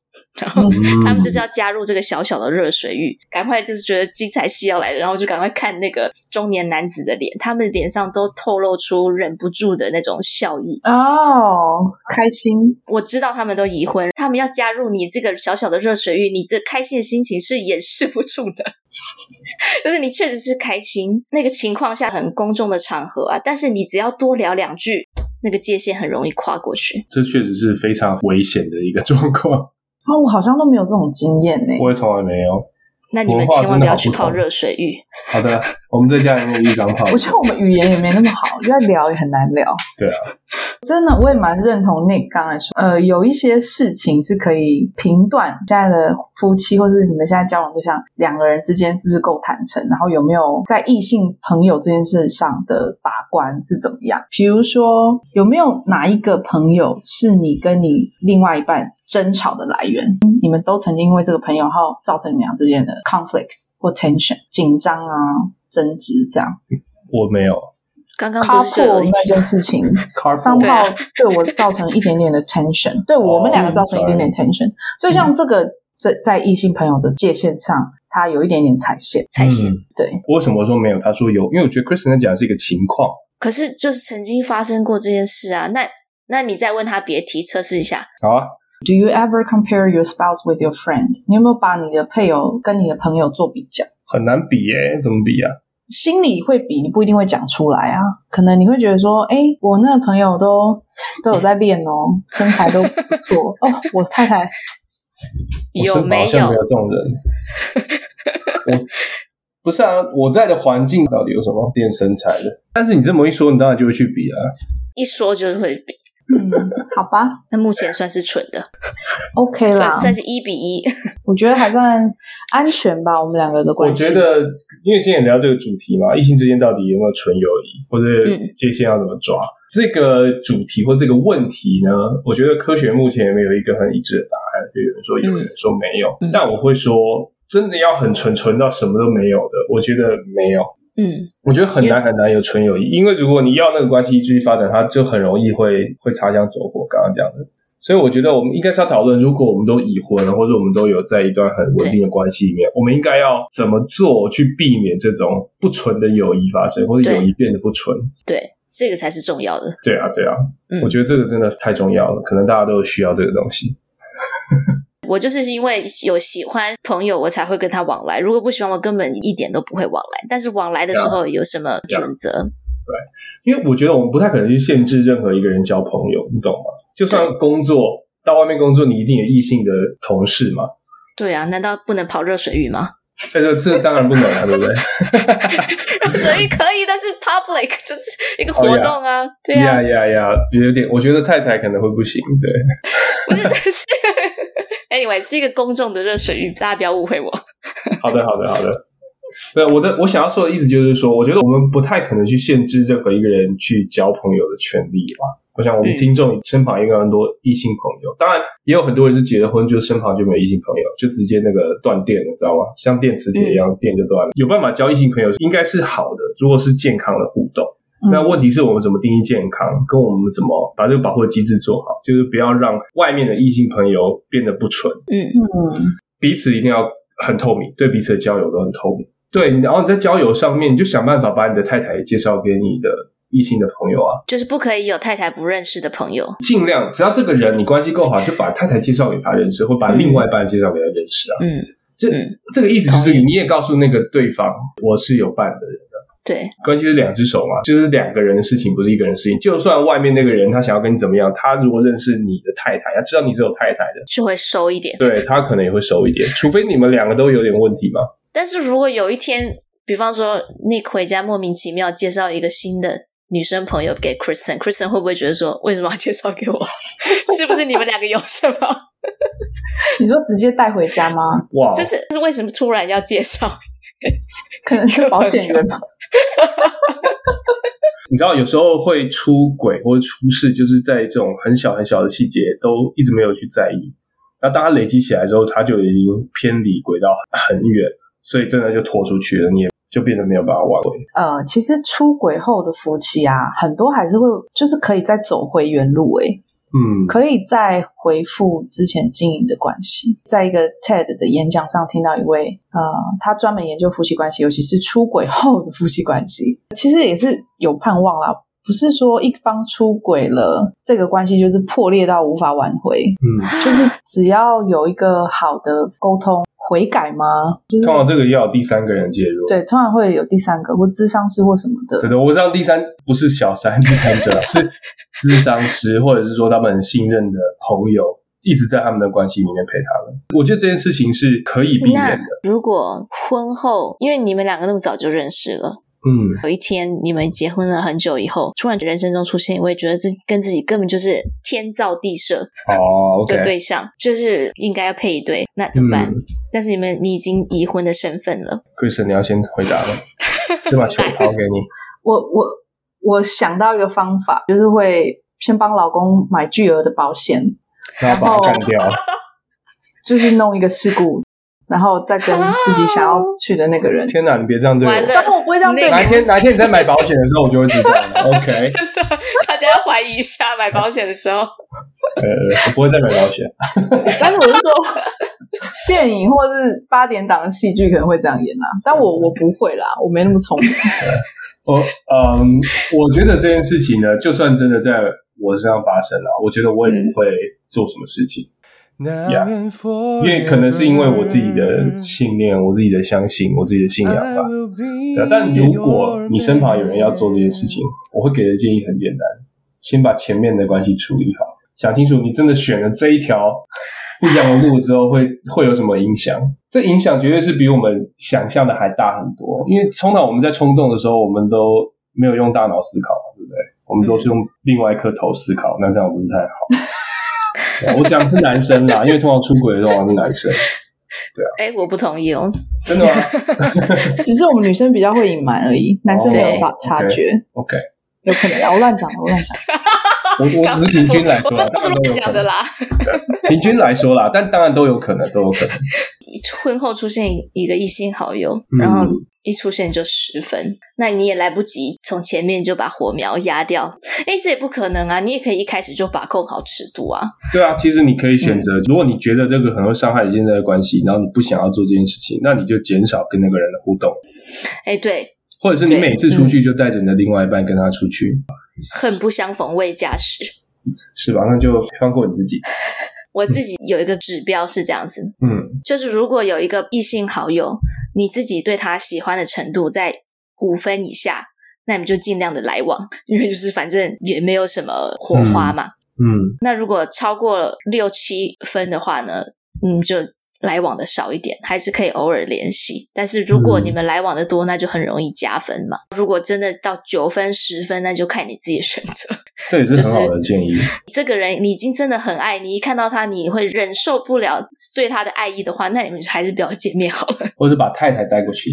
S3: 然后
S2: 嗯
S1: 嗯
S3: 他们就是要加入这个小小的热水浴，赶快就是觉得精彩戏要来了，然后就赶快看那个中年男子的脸，他们脸上都透露出忍不住的那种笑意。
S2: 哦，开心，
S3: 我知道他们都已婚，他们要加入你这个小小的热水浴，你这开心的心情是掩饰不住的， 就是你确实是开心。那个情况下很公众的场合啊，但是你只要多聊两句，那个界限很容易跨过去。
S1: 这确实是非常危险的一个状况，
S2: 哦啊、我好像都没有这种经验呢、
S1: 我也从来没有。
S3: 那你们
S1: 文化
S3: 千万
S1: 真的
S3: 要
S1: 好
S3: 去
S1: 不
S3: 泡
S1: 同
S3: 热水浴。
S1: 好的，我们在家里面浴缸泡。
S2: 我觉得我们语言也没那么好，就要聊也很难聊。
S1: 对啊，
S2: 真的我也蛮认同那刚才说，呃，有一些事情是可以评断现在的夫妻或是你们现在交往对象两个人之间是不是够坦诚，然后有没有在异性朋友这件事上的把关是怎么样？比如说有没有哪一个朋友是你跟你另外一半争吵的来源？你们都曾经因为这个朋友然后造成你们俩之间的 conflict 或 tension 紧张啊争执这样。
S1: 我没有
S2: 嗯
S3: 刚刚不是就
S2: carpool
S3: 有一
S2: 那
S3: 集
S2: 件事 情
S1: carpool，
S2: 商
S3: 对啊
S2: 号对我造成一点点的 tension，对我们两个造成一点点 tension，所以像这个在在异性朋友的界限上，它有一点点踩线。
S3: 才行。
S1: 嗯
S2: 对，
S1: 为什么说没有？他说有，因为我觉得 Kristen 在讲的是一个情况。
S3: 可是就是曾经发生过这件事啊，那那你再问他别提，测试一下。
S1: 好啊，
S2: Do you ever compare your spouse with your friend？你有没有把你的配偶跟你的朋友做比较？
S1: 很难比耶、怎么比啊？
S2: 心里会比，你不一定会讲出来啊。可能你会觉得说，哎，我那个朋友都都有在练哦，身材都不 错哦，我太太
S1: 我
S3: 有
S1: 身旁好
S3: 没
S1: 像没
S3: 有
S1: 有？这种 人？我不是啊，我在的环境到底有什么变身材的？但是你这么一说，你当然就会去比啊。
S3: 一说就是会比。
S2: 嗯，好 吧
S3: 那目前算是蠢的，
S2: ，OK 啦
S3: 算，算是一比一。
S2: 我觉得还算安全吧，我们两个的
S1: 我
S2: 关系。
S1: 觉得，因为今天也聊这个主题嘛，异性之间到底有没有纯友谊，或者
S3: 嗯
S1: 界限要怎么抓？这个主题或这个问题呢，我觉得科学目前没有一个很一致的答案。就有人说有，
S3: 嗯
S1: 有人说没有。
S3: 嗯
S1: 但我会说，真的要很纯纯到什么都没有的，我觉得没有。
S3: 嗯，
S1: 我觉得很难很难有纯友谊，因为如果你要那个关系继续发展，它就很容易会会擦枪走火。刚刚讲的，所以我觉得我们应该是要讨论，如果我们都已婚了，或者我们都有在一段很稳定的关系里面，我们应该要怎么做去避免这种不纯的友谊发生，或者
S3: 对
S1: 友谊变得不纯？
S3: 对，这个才是重要的。
S1: 对啊，对啊，
S3: 嗯
S1: 我觉得这个真的太重要了，可能大家都需要这个东西。
S3: 我就是因为有喜欢朋友，我才会跟他往来。如果不喜欢，我根本一点都不会往来。但是往来的时候有什么准则？
S1: 因为我觉得我们不太可能去限制任何一个人交朋友，你懂吗？就算工作到外面工作，你一定有异性的同事嘛。
S3: 对啊，难道不能跑热水浴 吗？
S1: 但是哎这当然不能啊，对不对？
S3: 热水浴可以，但是 public 就是一个活动啊。对啊
S1: 哦呀呀呀，有点，我觉得太太可能会不行，对，
S3: 不是，但是 anyway 是一个公众的热水浴，大家不要误会我。
S1: 好的，好的，好的。对，我的我想要说的意思就是说，我觉得我们不太可能去限制任何一个人去交朋友的权利吧。我想我们
S3: 嗯
S1: 听众身旁应该有很多异性朋友，当然也有很多人是结了婚就身旁就没有异性朋友，就直接那个断电了，知道吗？像电磁铁一样，电就断了。有办法交异性朋友应该是好的，如果是健康的互动。
S2: 嗯
S1: 那问题是我们怎么定义健康，跟我们怎么把这个保护机制做好，就是不要让外面的异性朋友变得不纯，
S3: 嗯，
S2: 嗯，
S1: 彼此一定要很透明，对彼此的交友都很透明。对，然后你在交友上面，你就想办法把你的太太介绍给你的异性的朋友啊，
S3: 就是不可以有太太不认识的朋友。
S1: 尽量只要这个人你关系够好，就把太太介绍给他认识，或把另外一半介绍给他认识啊。
S3: 嗯，
S1: 这、
S3: 嗯
S1: 这个意思就是
S3: 同意
S1: 你也告诉那个对方，我是有伴的人。
S3: 对，
S1: 关系是两只手嘛，就是两个人的事情，不是一个人的事情。就算外面那个人他想要跟你怎么样，他如果认识你的太太，他知道你是有太太的，
S3: 就会收一点。
S1: 对他可能也会熟一点，除非你们两个都有点问题嘛。
S3: 但是如果有一天，比方说 Nick 回家莫名其妙介绍一个新的女生朋友给 Kristen，Kristen 会不会觉得说为什么要介绍给我？ 是不是你们两个有什 么？
S2: 你说直接带回 家吗？
S1: 哇，
S3: 就是就是为什么突然要介绍？
S2: 可能是保险 员吧。
S1: 你知道有时候会出轨或者出事，就是在这种很小很小的细节都一直没有去在意。那当它累积起来之后，它就已经偏离轨道很远，所以真的就拖出去了，你也就变得没有办法挽回。
S2: 呃，其实出轨后的夫妻啊，很多还是会就是可以再走回原路、欸，
S1: 嗯，
S2: 可以再回复之前经营的关系。在一个 TED 的演讲上听到一位呃，他专门研究夫妻关系，尤其是出轨后的夫妻关系，其实也是有盼望啦。不是说一方出轨了，这个关系就是破裂到无法挽回，
S1: 嗯，
S2: 就是只要有一个好的沟通，悔改吗？就是
S1: 通常这个要有第三个人介入。
S2: 对，通常会有第三个或智商师或什么
S1: 对
S2: 的。
S1: 的，我知道第三不是小三第三者，是咨商师，或者是说他们很信任的朋友一直在他们的关系里面陪他们。我觉得这件事情是可以避免
S3: 那
S1: 的。
S3: 如果婚后，因为你们两个那么早就认识了，
S1: 嗯，
S3: 有一天你们结婚了很久以后，突然人生中出现一位觉得自己跟自己根本就是天造地设
S1: 哦，OK，
S3: 的对嗯象就是应该要配一对，那怎么办？但是你们你已经已婚的身份了，
S1: ，Kristen，你要先回答了， 先把球抛 给你。
S2: 我我我想到一个方法，就是会先帮老公买巨额的保险，
S1: 然后把它干 掉。
S2: 就是弄一个事 故，然后再跟自己想要去的那个人。
S1: 天哪，你别这样 对
S3: 完
S1: 我！
S3: 了，
S2: 但我不会这样对你
S1: 哪一天哪一天你在买保险的时候，我就会知道了。OK，
S3: 大家要怀疑一下买保险的 时候，
S1: 呃，我不会再买保险。
S2: 但是我是说，电影或是八点档的戏剧可能会这样演啦，啊但我我不会啦，我没那么聪 明。
S1: 我嗯，我觉得这件事情呢，就算真的在我身上发生了，我觉得我也
S3: 嗯
S1: 不会做什么事情，因
S5: 因
S1: 为可能是因为我自己
S3: 嗯
S1: 的信念、我自己的相信、我自己的信仰吧。对啊但如果你身旁有人要做这件事情，，我会给的建议很简单：先把前面的关系处理好，想清楚你真的选了这一条不一样的路之后会会有什么影响。这影响绝对是比我们想象的还大很多，因为通常我们在冲动的时候，我们都没有用大脑思考嘛，对不对？我们都是用另外一颗头思考，那这样不是太好。对 啊我讲的是男生啦，因为通常出轨的通常是男生，
S3: 哎，我不同意哦，
S1: 真 的吗
S2: 只是我们女生比较会隐瞒而已，男生没有法
S1: 哦
S2: 察觉，
S1: ？OK，
S2: 有可能啊。我乱讲的，我乱讲。
S1: 我我只是平均来说啊啦，
S3: 我
S1: 当
S3: 是
S1: 然都有
S3: 乱
S1: 可
S3: 讲的
S1: 能。
S3: 啦。
S1: 平均来说啦，但当然都有可能，都有可能。
S3: 婚后出现一个异性好友，
S1: 嗯
S3: 然后一出现就十分，那你也来不及从前面就把火苗压掉，哎，这也不可能啊！你也可以一开始就把控好尺度啊。
S1: 对啊，其实你可以选
S3: 嗯
S1: 择，如果你觉得这个可能会伤害你现在的关系，然后你不想要做这件事情，那你就减少跟那个人的互动，
S3: 哎，对，
S1: 或者是你
S3: 对
S1: 每次出去就带着你的另外一半跟他出去，
S3: 恨不相逢未嫁时。
S1: 是吧？那就放过你自己。
S3: 我自己有一个指标是这样子，
S1: 嗯，
S3: 就是如果有一个异性好友，你自己对他喜欢的程度在五分以下，那你们就尽量的来往，因为就是反正也没有什么火花嘛。
S1: 嗯，
S3: 那如果超过六七分的话呢，嗯，就来往的少一点，还是可以偶尔联系。但是如果
S1: 嗯
S3: 你们来往的多，那就很容易加分嘛。如果真的到九分、十分，那就看你自己选择。
S1: 这也是
S3: 就是
S1: 很好的建议。
S3: 这个人你已经真的很爱，你一看到他，你会忍受不了对他的爱意的话，那你们还是不要见面好 了。
S1: 或者把太太带过去，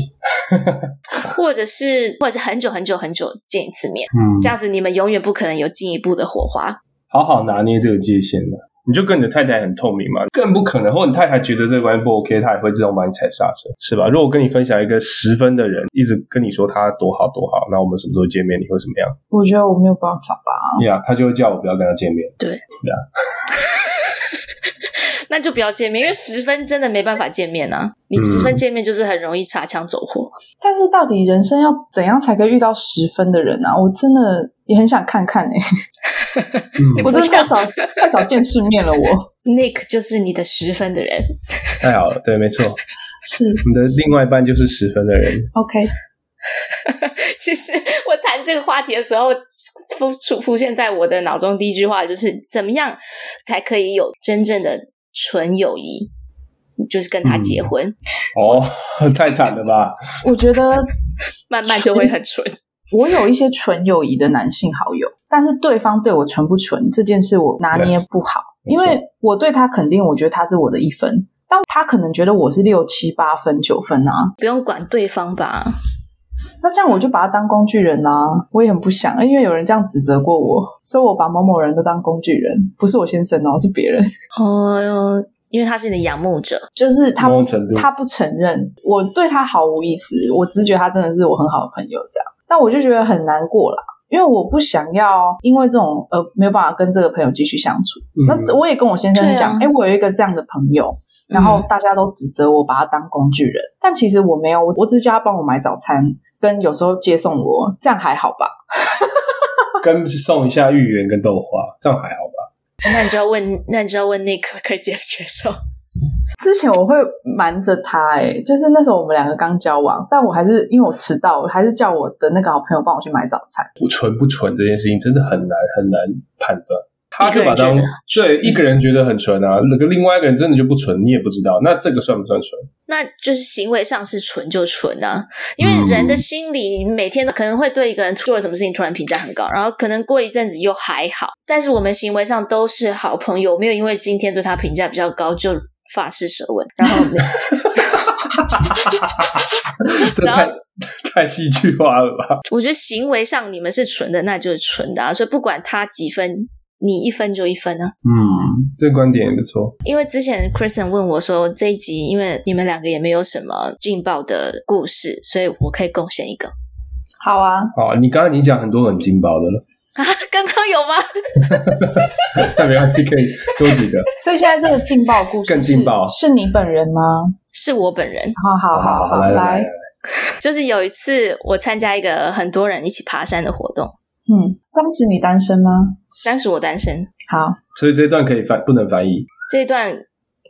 S3: 或者是，或者是很久很久很久见一次面，
S1: 嗯
S3: 这样子你们永远不可能有进一步的火花。
S1: 好好拿捏这个界限的。你就跟你的太太很透明嘛，更不可能。或者你太太觉得这个关系不 OK，她也会自动帮你踩刹车，是吧？如果跟你分享一个十分的人，一直跟你说他多好多好，那我们什么时候见面？你会怎么样？
S2: 我觉得我没有办法吧，
S1: 呀，他就会叫我不要跟他见面。
S3: 那就不要见面，因为十分真的没办法见面啊！你十分见面就是很容易擦枪走火。
S2: 但是到底人生要怎样才可以遇到十分的人啊？我真的也很想看看呢、
S1: 嗯
S2: 我真的太少太少见世面了我。
S3: Nick 就是你的十分的人，
S1: 太好了，对，没错，
S2: 是
S1: 你的另外一半就是十分的人，
S2: OK，
S3: 其实我谈这个话题的时候，浮出浮现在我的脑中第一句话就是：怎么样才可以有真正的纯友谊？就是跟他结婚，
S1: 哦， 太惨了吧？
S2: 我觉得
S3: 慢慢就会很纯。
S2: 我有一些纯友谊的男性好友，但是对方对我纯不纯这件事，我拿捏不好
S1: Yes，
S2: 因为我对他肯定，我觉得他是我的一分，但他可能觉得我是六七八分、九分啊，
S3: 不用管对方吧，
S2: 那这样我就把他当工具人啊，我也很不想，因为有人这样指责过我，所以我把某某人都当工具人，不是我先生哦，是别人，
S3: 哦哟，因为他是你的仰慕者，
S2: 就是他
S1: 某
S2: 不
S1: 种程度
S2: 他不承认，我对他毫无意思，我只是觉得他真的是我很好的朋友这样，但我就觉得很难过啦。因为我不想要，因为这种呃没有办法跟这个朋友继续相处。
S1: 嗯
S2: 那我也跟我先生讲，
S3: 对
S2: 哎、
S3: 啊
S2: 我有一个这样的朋友，然后大家都指责我把他当工具人，但其实我没有，我我只是叫他帮我买早餐，跟有时候接送我，这样还好吧？
S1: 跟送一下芋圆跟豆花，这样还好吧？
S3: 那你就要问，那你就要问 Nick 可以接不接受？
S2: 之前我会瞒着他、哎，就是那时候我们两个刚交往，但我还是因为我迟到，我还是叫我的那个好朋友帮我去买早餐。
S1: 我纯不纯这件事情真的很难很难判断。他就把
S3: 一个人
S1: 当
S3: 觉得
S1: 对一个人觉得很纯啊，那个另外一个人真的就不纯，你也不知道，那这个算不算纯？
S3: 那就是行为上是纯就纯啊，因为
S1: 嗯
S3: 人的心理每天都可能会对一个人做了什么事情突然评价很高，然后可能过一阵子又还好，但是我们行为上都是好朋友，没有因为今天对他评价比较高就发誓舌吻，然后没
S1: 这太太戏剧化了吧？
S3: 我觉得行为上你们是纯的，那就是纯的、啊，所以不管他几分，你一分就一分啊。
S1: 嗯，这观点也不错。
S3: 因为之前 Kristen 问我说这一集，因为你们两个也没有什么劲爆的故事，所以我可以贡献一个
S2: 好啊，
S1: 好，你刚刚你讲很多很劲爆的了，
S3: 啊。刚刚有吗？
S1: 那没关系，可以多几个。
S2: 所以现在这个劲爆故事
S1: 更
S2: 是
S1: 劲爆
S2: 是你本人吗？
S3: 是我本人。
S2: 好好好
S1: 来来
S2: 来，，
S3: 就是有一次我参加一个很多人一起爬山的活动，
S2: 嗯，当时你单身吗？
S3: 当时我单身，
S2: 好，
S1: 所以这段可以翻，不能翻译。
S3: 这一段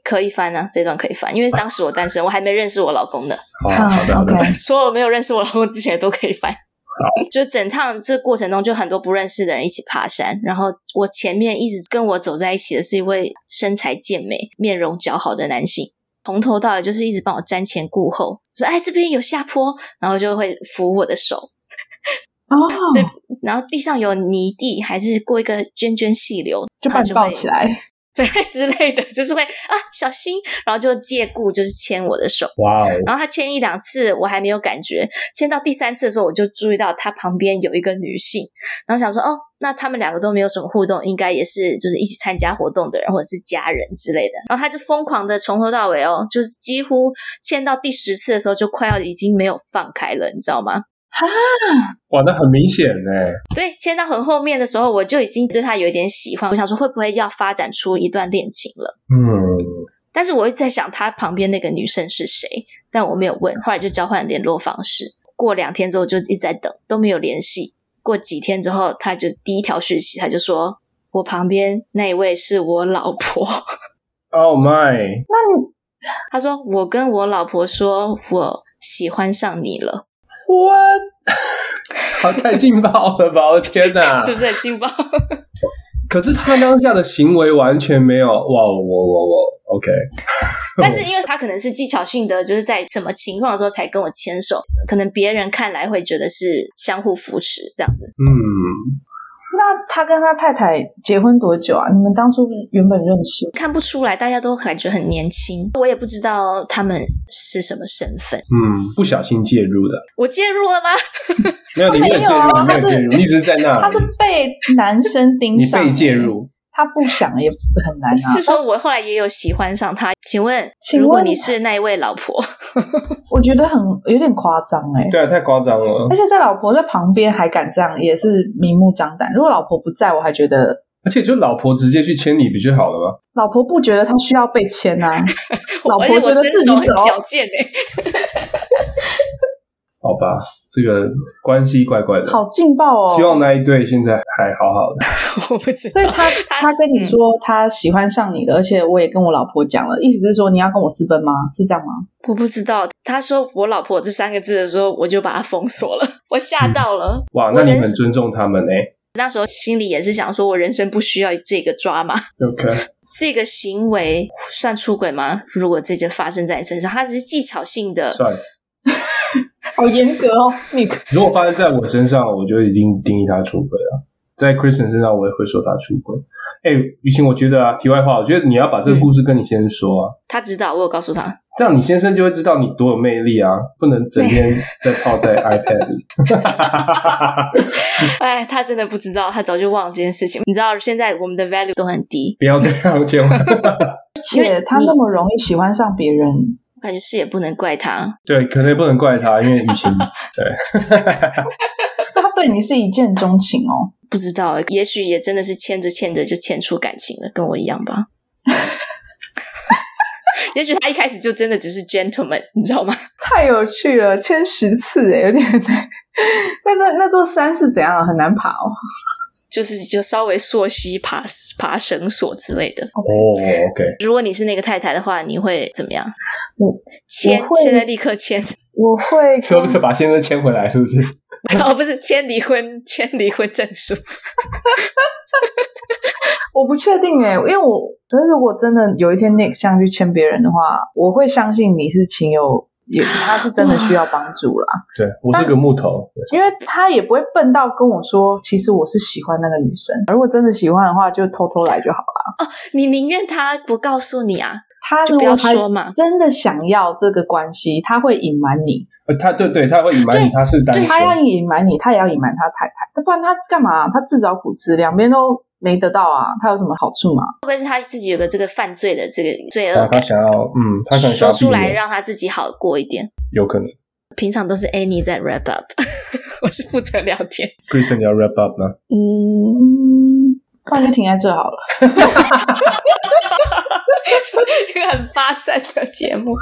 S3: 可以翻啊，这一段可以翻，因为当时我单身，我还没认识我老公呢，
S1: 好，好的，好的
S2: o。k
S3: 所有没有认识我老公之前都可以翻。 就整趟这过程中，就很多不认识的人一起爬山，然后我前面一直跟我走在一起的是一位身材健美、面容姣好的男性。从头到尾就是一直帮我瞻前顾后，说：“哎，这边有下坡，然后就会扶我的手，
S2: 哦，
S3: 这然后地上有泥地，还是过一个涓涓细流，
S2: 就把
S3: 他
S2: 你
S3: 就
S2: 抱
S3: 会
S2: 起来，
S3: 对 之类的，就是会啊小心，然后就借故就是牵我的手，
S1: 哇哦，
S3: 然后他牵一两次我还没有感觉，牵到第三次的时候我就注意到他旁边有一个女性，然后想说哦，那他们两个都没有什么互动，应该也是就是一起参加活动的人或者是家人之类的，然后他就疯狂的从头到尾哦，就是几乎牵到第十次的时候就快要已经没有放开了，你知道吗？
S1: 哇，那很明显呢。
S3: 对，牵到很后面的时候，我就已经对他有一点喜欢，我想说会不会要发展出一段恋情了？
S1: 嗯，
S3: 但是我一直在想他旁边那个女生是谁，但我没有问。后来就交换联络方式，过两天之后就一直在等，都没有联系。过几天之后，他就第一条讯息，他就说我旁边那一位是我老婆。
S1: Oh my，
S3: 他说我跟我老婆说我喜欢上你了，
S1: 我好太劲爆了吧！我的天哪，
S3: 是不是很劲爆？
S1: 可是他当下的行为完全没有哇，我我我，OK，
S3: 但是因为他可能是技巧性的，就是在什么情况的时候才跟我牵手，可能别人看来会觉得是相互扶持这样子。
S1: 嗯，
S2: 那他跟他太太结婚多久啊？你们当初原本认识？
S3: 看不出来，大家都感觉很年轻，我也不知道他们是什么身份。
S1: 嗯，不小心介入的，
S3: 我介入了吗？
S1: 没有，你没有介
S2: 没有啊
S1: 入，你没有
S2: 他是
S1: 介入，你只是在那里，
S2: 他是被男生盯
S1: 呃你
S2: 上，欸
S1: 被介，入，
S2: 他不想也很难啊。
S3: 是说我后来也有喜欢上他？请问，
S2: 请问
S3: 如果你是那一位老婆，
S2: 我觉得很有点夸张哎、
S1: 对啊，太夸张了
S2: 而。且在老婆在旁边还敢这样，也是明目张胆。如果老婆不在，我还觉得
S1: 而且就老婆直接去牵你不就好了吗？
S2: 老婆不觉得她需要被 牵啊，老婆
S3: 而且我
S2: 觉得
S3: 身
S2: 自己哦
S3: 手很
S2: 走
S3: 矫健欸诶、
S1: 好吧，这个关系怪怪的。
S2: 好劲爆哦！
S1: 希望那一对现在还好好的。
S3: 我不知
S2: 所以
S3: 道。
S2: 他 他跟
S3: 嗯
S2: 你说他喜欢上你了，而且我也跟我老婆讲了，意思是说你要跟我私奔吗？是这样吗？
S3: 我不知道，他说我老婆这三个字的时候，我就把他封锁了，我吓到
S2: 嗯
S3: 了。
S1: 哇，
S3: 我
S1: 那你
S3: 人
S1: 很尊重他们呢、哎
S3: 那时候心里也是想说，我人生不需要这个抓马，
S1: OK，
S3: 这个行为算出轨吗？如果这件发生在你身上，它只是技巧性的，
S1: 算了。
S2: 好严格哦，你
S1: 如果发生在我身上，我就已经定义他出轨了。在 Kristen 身上，我也会说他出轨。哎、雨晴，我觉得啊，题外话，我觉得你要把这个故事跟你先生说啊，
S3: 他知道，我有告诉他，
S1: 这样你先生就会知道你多有魅力啊，不能整天在泡 在 iPad 里。
S3: 哎，他真的不知道，他早就忘了这件事情。你知道，现在我们的 value 都很低，
S1: 不要这样，千 万。
S2: 而且他那么容易喜欢上别人，
S3: 我感觉是也不能怪他。
S1: 对，可能也不能怪他，因为雨晴，对，
S2: 所以他对你是一见钟情哦。
S3: 不知道，也许也真的是牵着牵着就牵出感情了，跟我一样吧。 也许他一开始就真的只是 gentleman，你知道吗？
S2: 太有趣了，牵十次哎，有点 那那那座山是怎样啊？很难爬哦。
S3: 就是就稍微溯溪爬爬绳索之类的。
S1: 哦，OK，
S3: 如果你是那个太太的话，你会怎么样？
S2: 我
S3: 签
S2: 我，会
S3: 现在立刻签，
S2: 我会
S1: 是不是把先生牵回来？是不是？
S3: 哦，不是签离婚，签离婚证书。
S2: 我不确定哎、因为我可是如果真的有一天 Nick 想去牵别人的话，我会相信你是情有。 也他是真的需要帮助啦，
S1: 对我是个木头，对
S2: 因为他也不会笨到跟我说，其实我是喜欢那个女生。如果真的喜欢的话，就偷偷来就好了。
S3: 你宁愿他不告诉你啊？
S2: 他
S3: 就
S2: 如
S3: 不
S2: 果
S3: 要
S2: 他
S3: 说嘛
S2: 真的想要这个关系，他会隐瞒你，
S1: 呃他对对，他会隐瞒你他是单身，
S2: 他要隐瞒你，他也要隐瞒他太太，不然他干嘛？他自找苦吃，两边都没得到啊，他有什么好处嘛？
S3: 会不会是他自己有个这个犯罪的这个罪恶
S1: 啊他
S3: 感？
S1: 想要嗯，他可能想
S3: 说
S1: 要
S3: 出
S1: 避免
S3: 来让他自己好过一点。
S1: 有可能。
S3: 平常都是 Annie 在 wrap up，我 是负责聊天。
S1: Chris，你要 wrap up 吗？
S3: 嗯，
S2: 嗯，不然就停在这好了。
S3: 一个很发散的节目。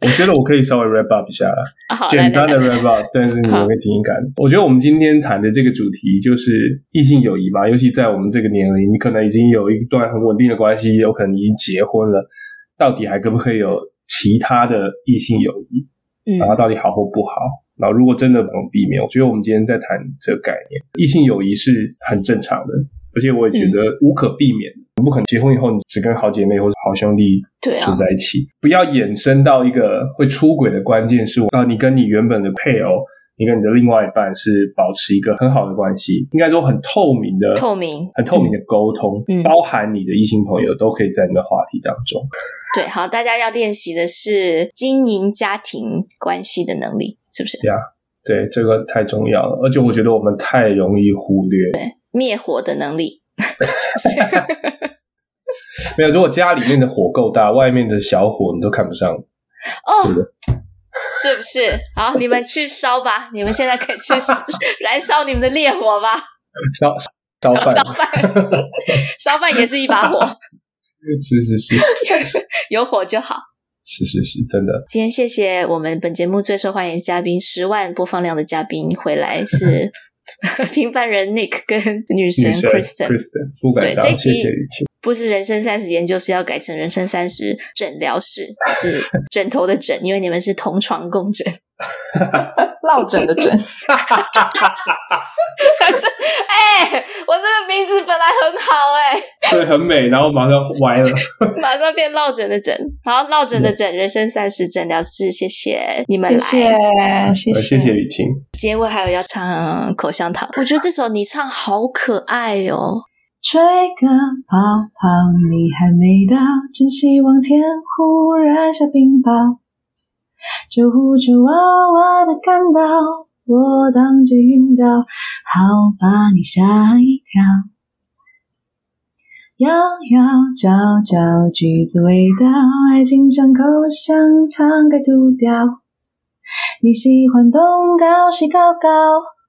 S1: 我觉得我可以稍微 wrap up 一下啦。
S3: 啊、好，来
S1: 简单的
S3: 来来
S1: wrap up，但是你有个体感。我觉得我们今天谈的这个主题就是异性友谊嘛，尤其在我们这个年龄，你可能已经有一段很稳定的关系，有可能已经结婚了，到底还可不可以有其他的异性友谊？然后
S3: 嗯，
S1: 到底好或不好？然后如果真的怎么避免？我觉得我们今天在谈这个概念，异性友谊是很正常的，而且我也
S3: 嗯
S1: 觉得无可避免。你不可能结婚以后你只跟好姐妹或者好兄弟
S3: 对啊
S1: 住在一起，不要衍生到一个会出轨的关键是啊，你跟你原本的配偶，你跟你的另外一半是保持一个很好的关系，应该说很透明的
S3: 透明
S1: 很透明的沟通，
S3: 嗯
S1: 包含你的异性朋友都可以在你的话题当中。
S3: 对，好，大家要练习的是经营家庭关系的能力，是不是？
S1: 对，这个太重要了，而且我觉得我们太容易忽略。
S3: 灭火的能力，
S1: 没有，如果家里面的火够大，外面的小火你都看不上。
S3: 哦
S1: 是的，
S3: 是不是？好，你们去烧吧， 你们现在可以去燃烧你 们的烈火吧，
S1: 烧烧饭
S3: 烧，饭，烧饭也是一把 火，
S1: 是是是
S3: 有火就好。
S1: 是是是，真的。
S3: 今天谢谢我们本节目最受欢迎嘉宾十万播放量的嘉宾回来 是平凡人 Nick 跟女神
S1: 女神
S3: Kristen。
S1: Kristen，不敢
S3: 对，
S1: 当，
S3: 这
S1: 谢
S3: 集
S1: 谢雨晴。
S3: 不是人生三十研究室，要改成人生三十诊疗室，就是枕头的枕，因为你们是同床共枕。
S2: 落枕的枕，
S3: 哎、我这个名字本来很好哎、
S1: 对，很美，然后马上歪了。
S3: 马上变落枕的枕。好，落枕的枕，人生三十诊疗室，谢谢你们
S2: 谢
S3: 来。
S2: 谢谢
S1: 呃
S2: 谢
S1: 谢谢雨 晴。
S3: 结尾还有要唱、呃口香糖，我觉得这首你唱好可爱哦哟、
S2: 吹个泡泡，你还没到，真希望天忽然下冰雹，救护车娃娃的赶到，我当即晕倒，好把你吓一跳。摇摇找找橘子味道，爱情像口香糖该吐掉。你喜欢东高西高高，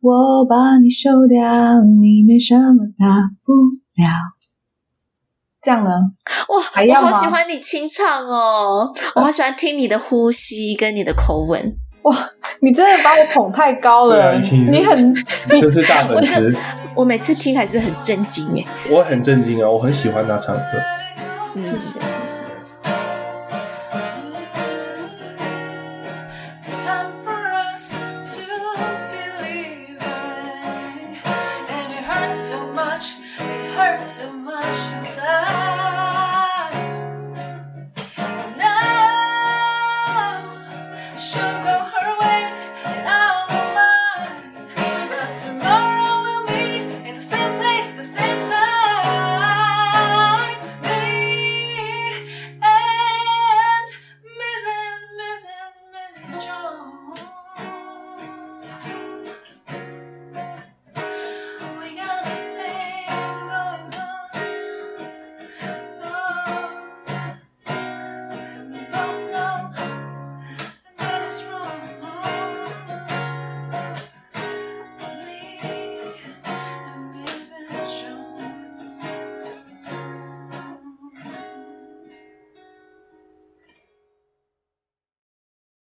S2: 我把你收掉，你没什么大不了。这样呢？
S3: 哇，
S2: 还
S3: 我
S2: 要
S3: 好
S2: 吗
S3: 喜欢你清唱哦，我好喜欢听你的呼吸跟你的口吻，
S2: 你真的把我捧太高
S1: 对
S2: 了，
S1: 啊其实
S2: 你很
S1: 这是大粉丝，
S3: 我每次听还是很震惊耶。
S1: 我很震惊啊！我很喜欢他唱歌。
S4: Let it go
S3: 嗯，谢谢。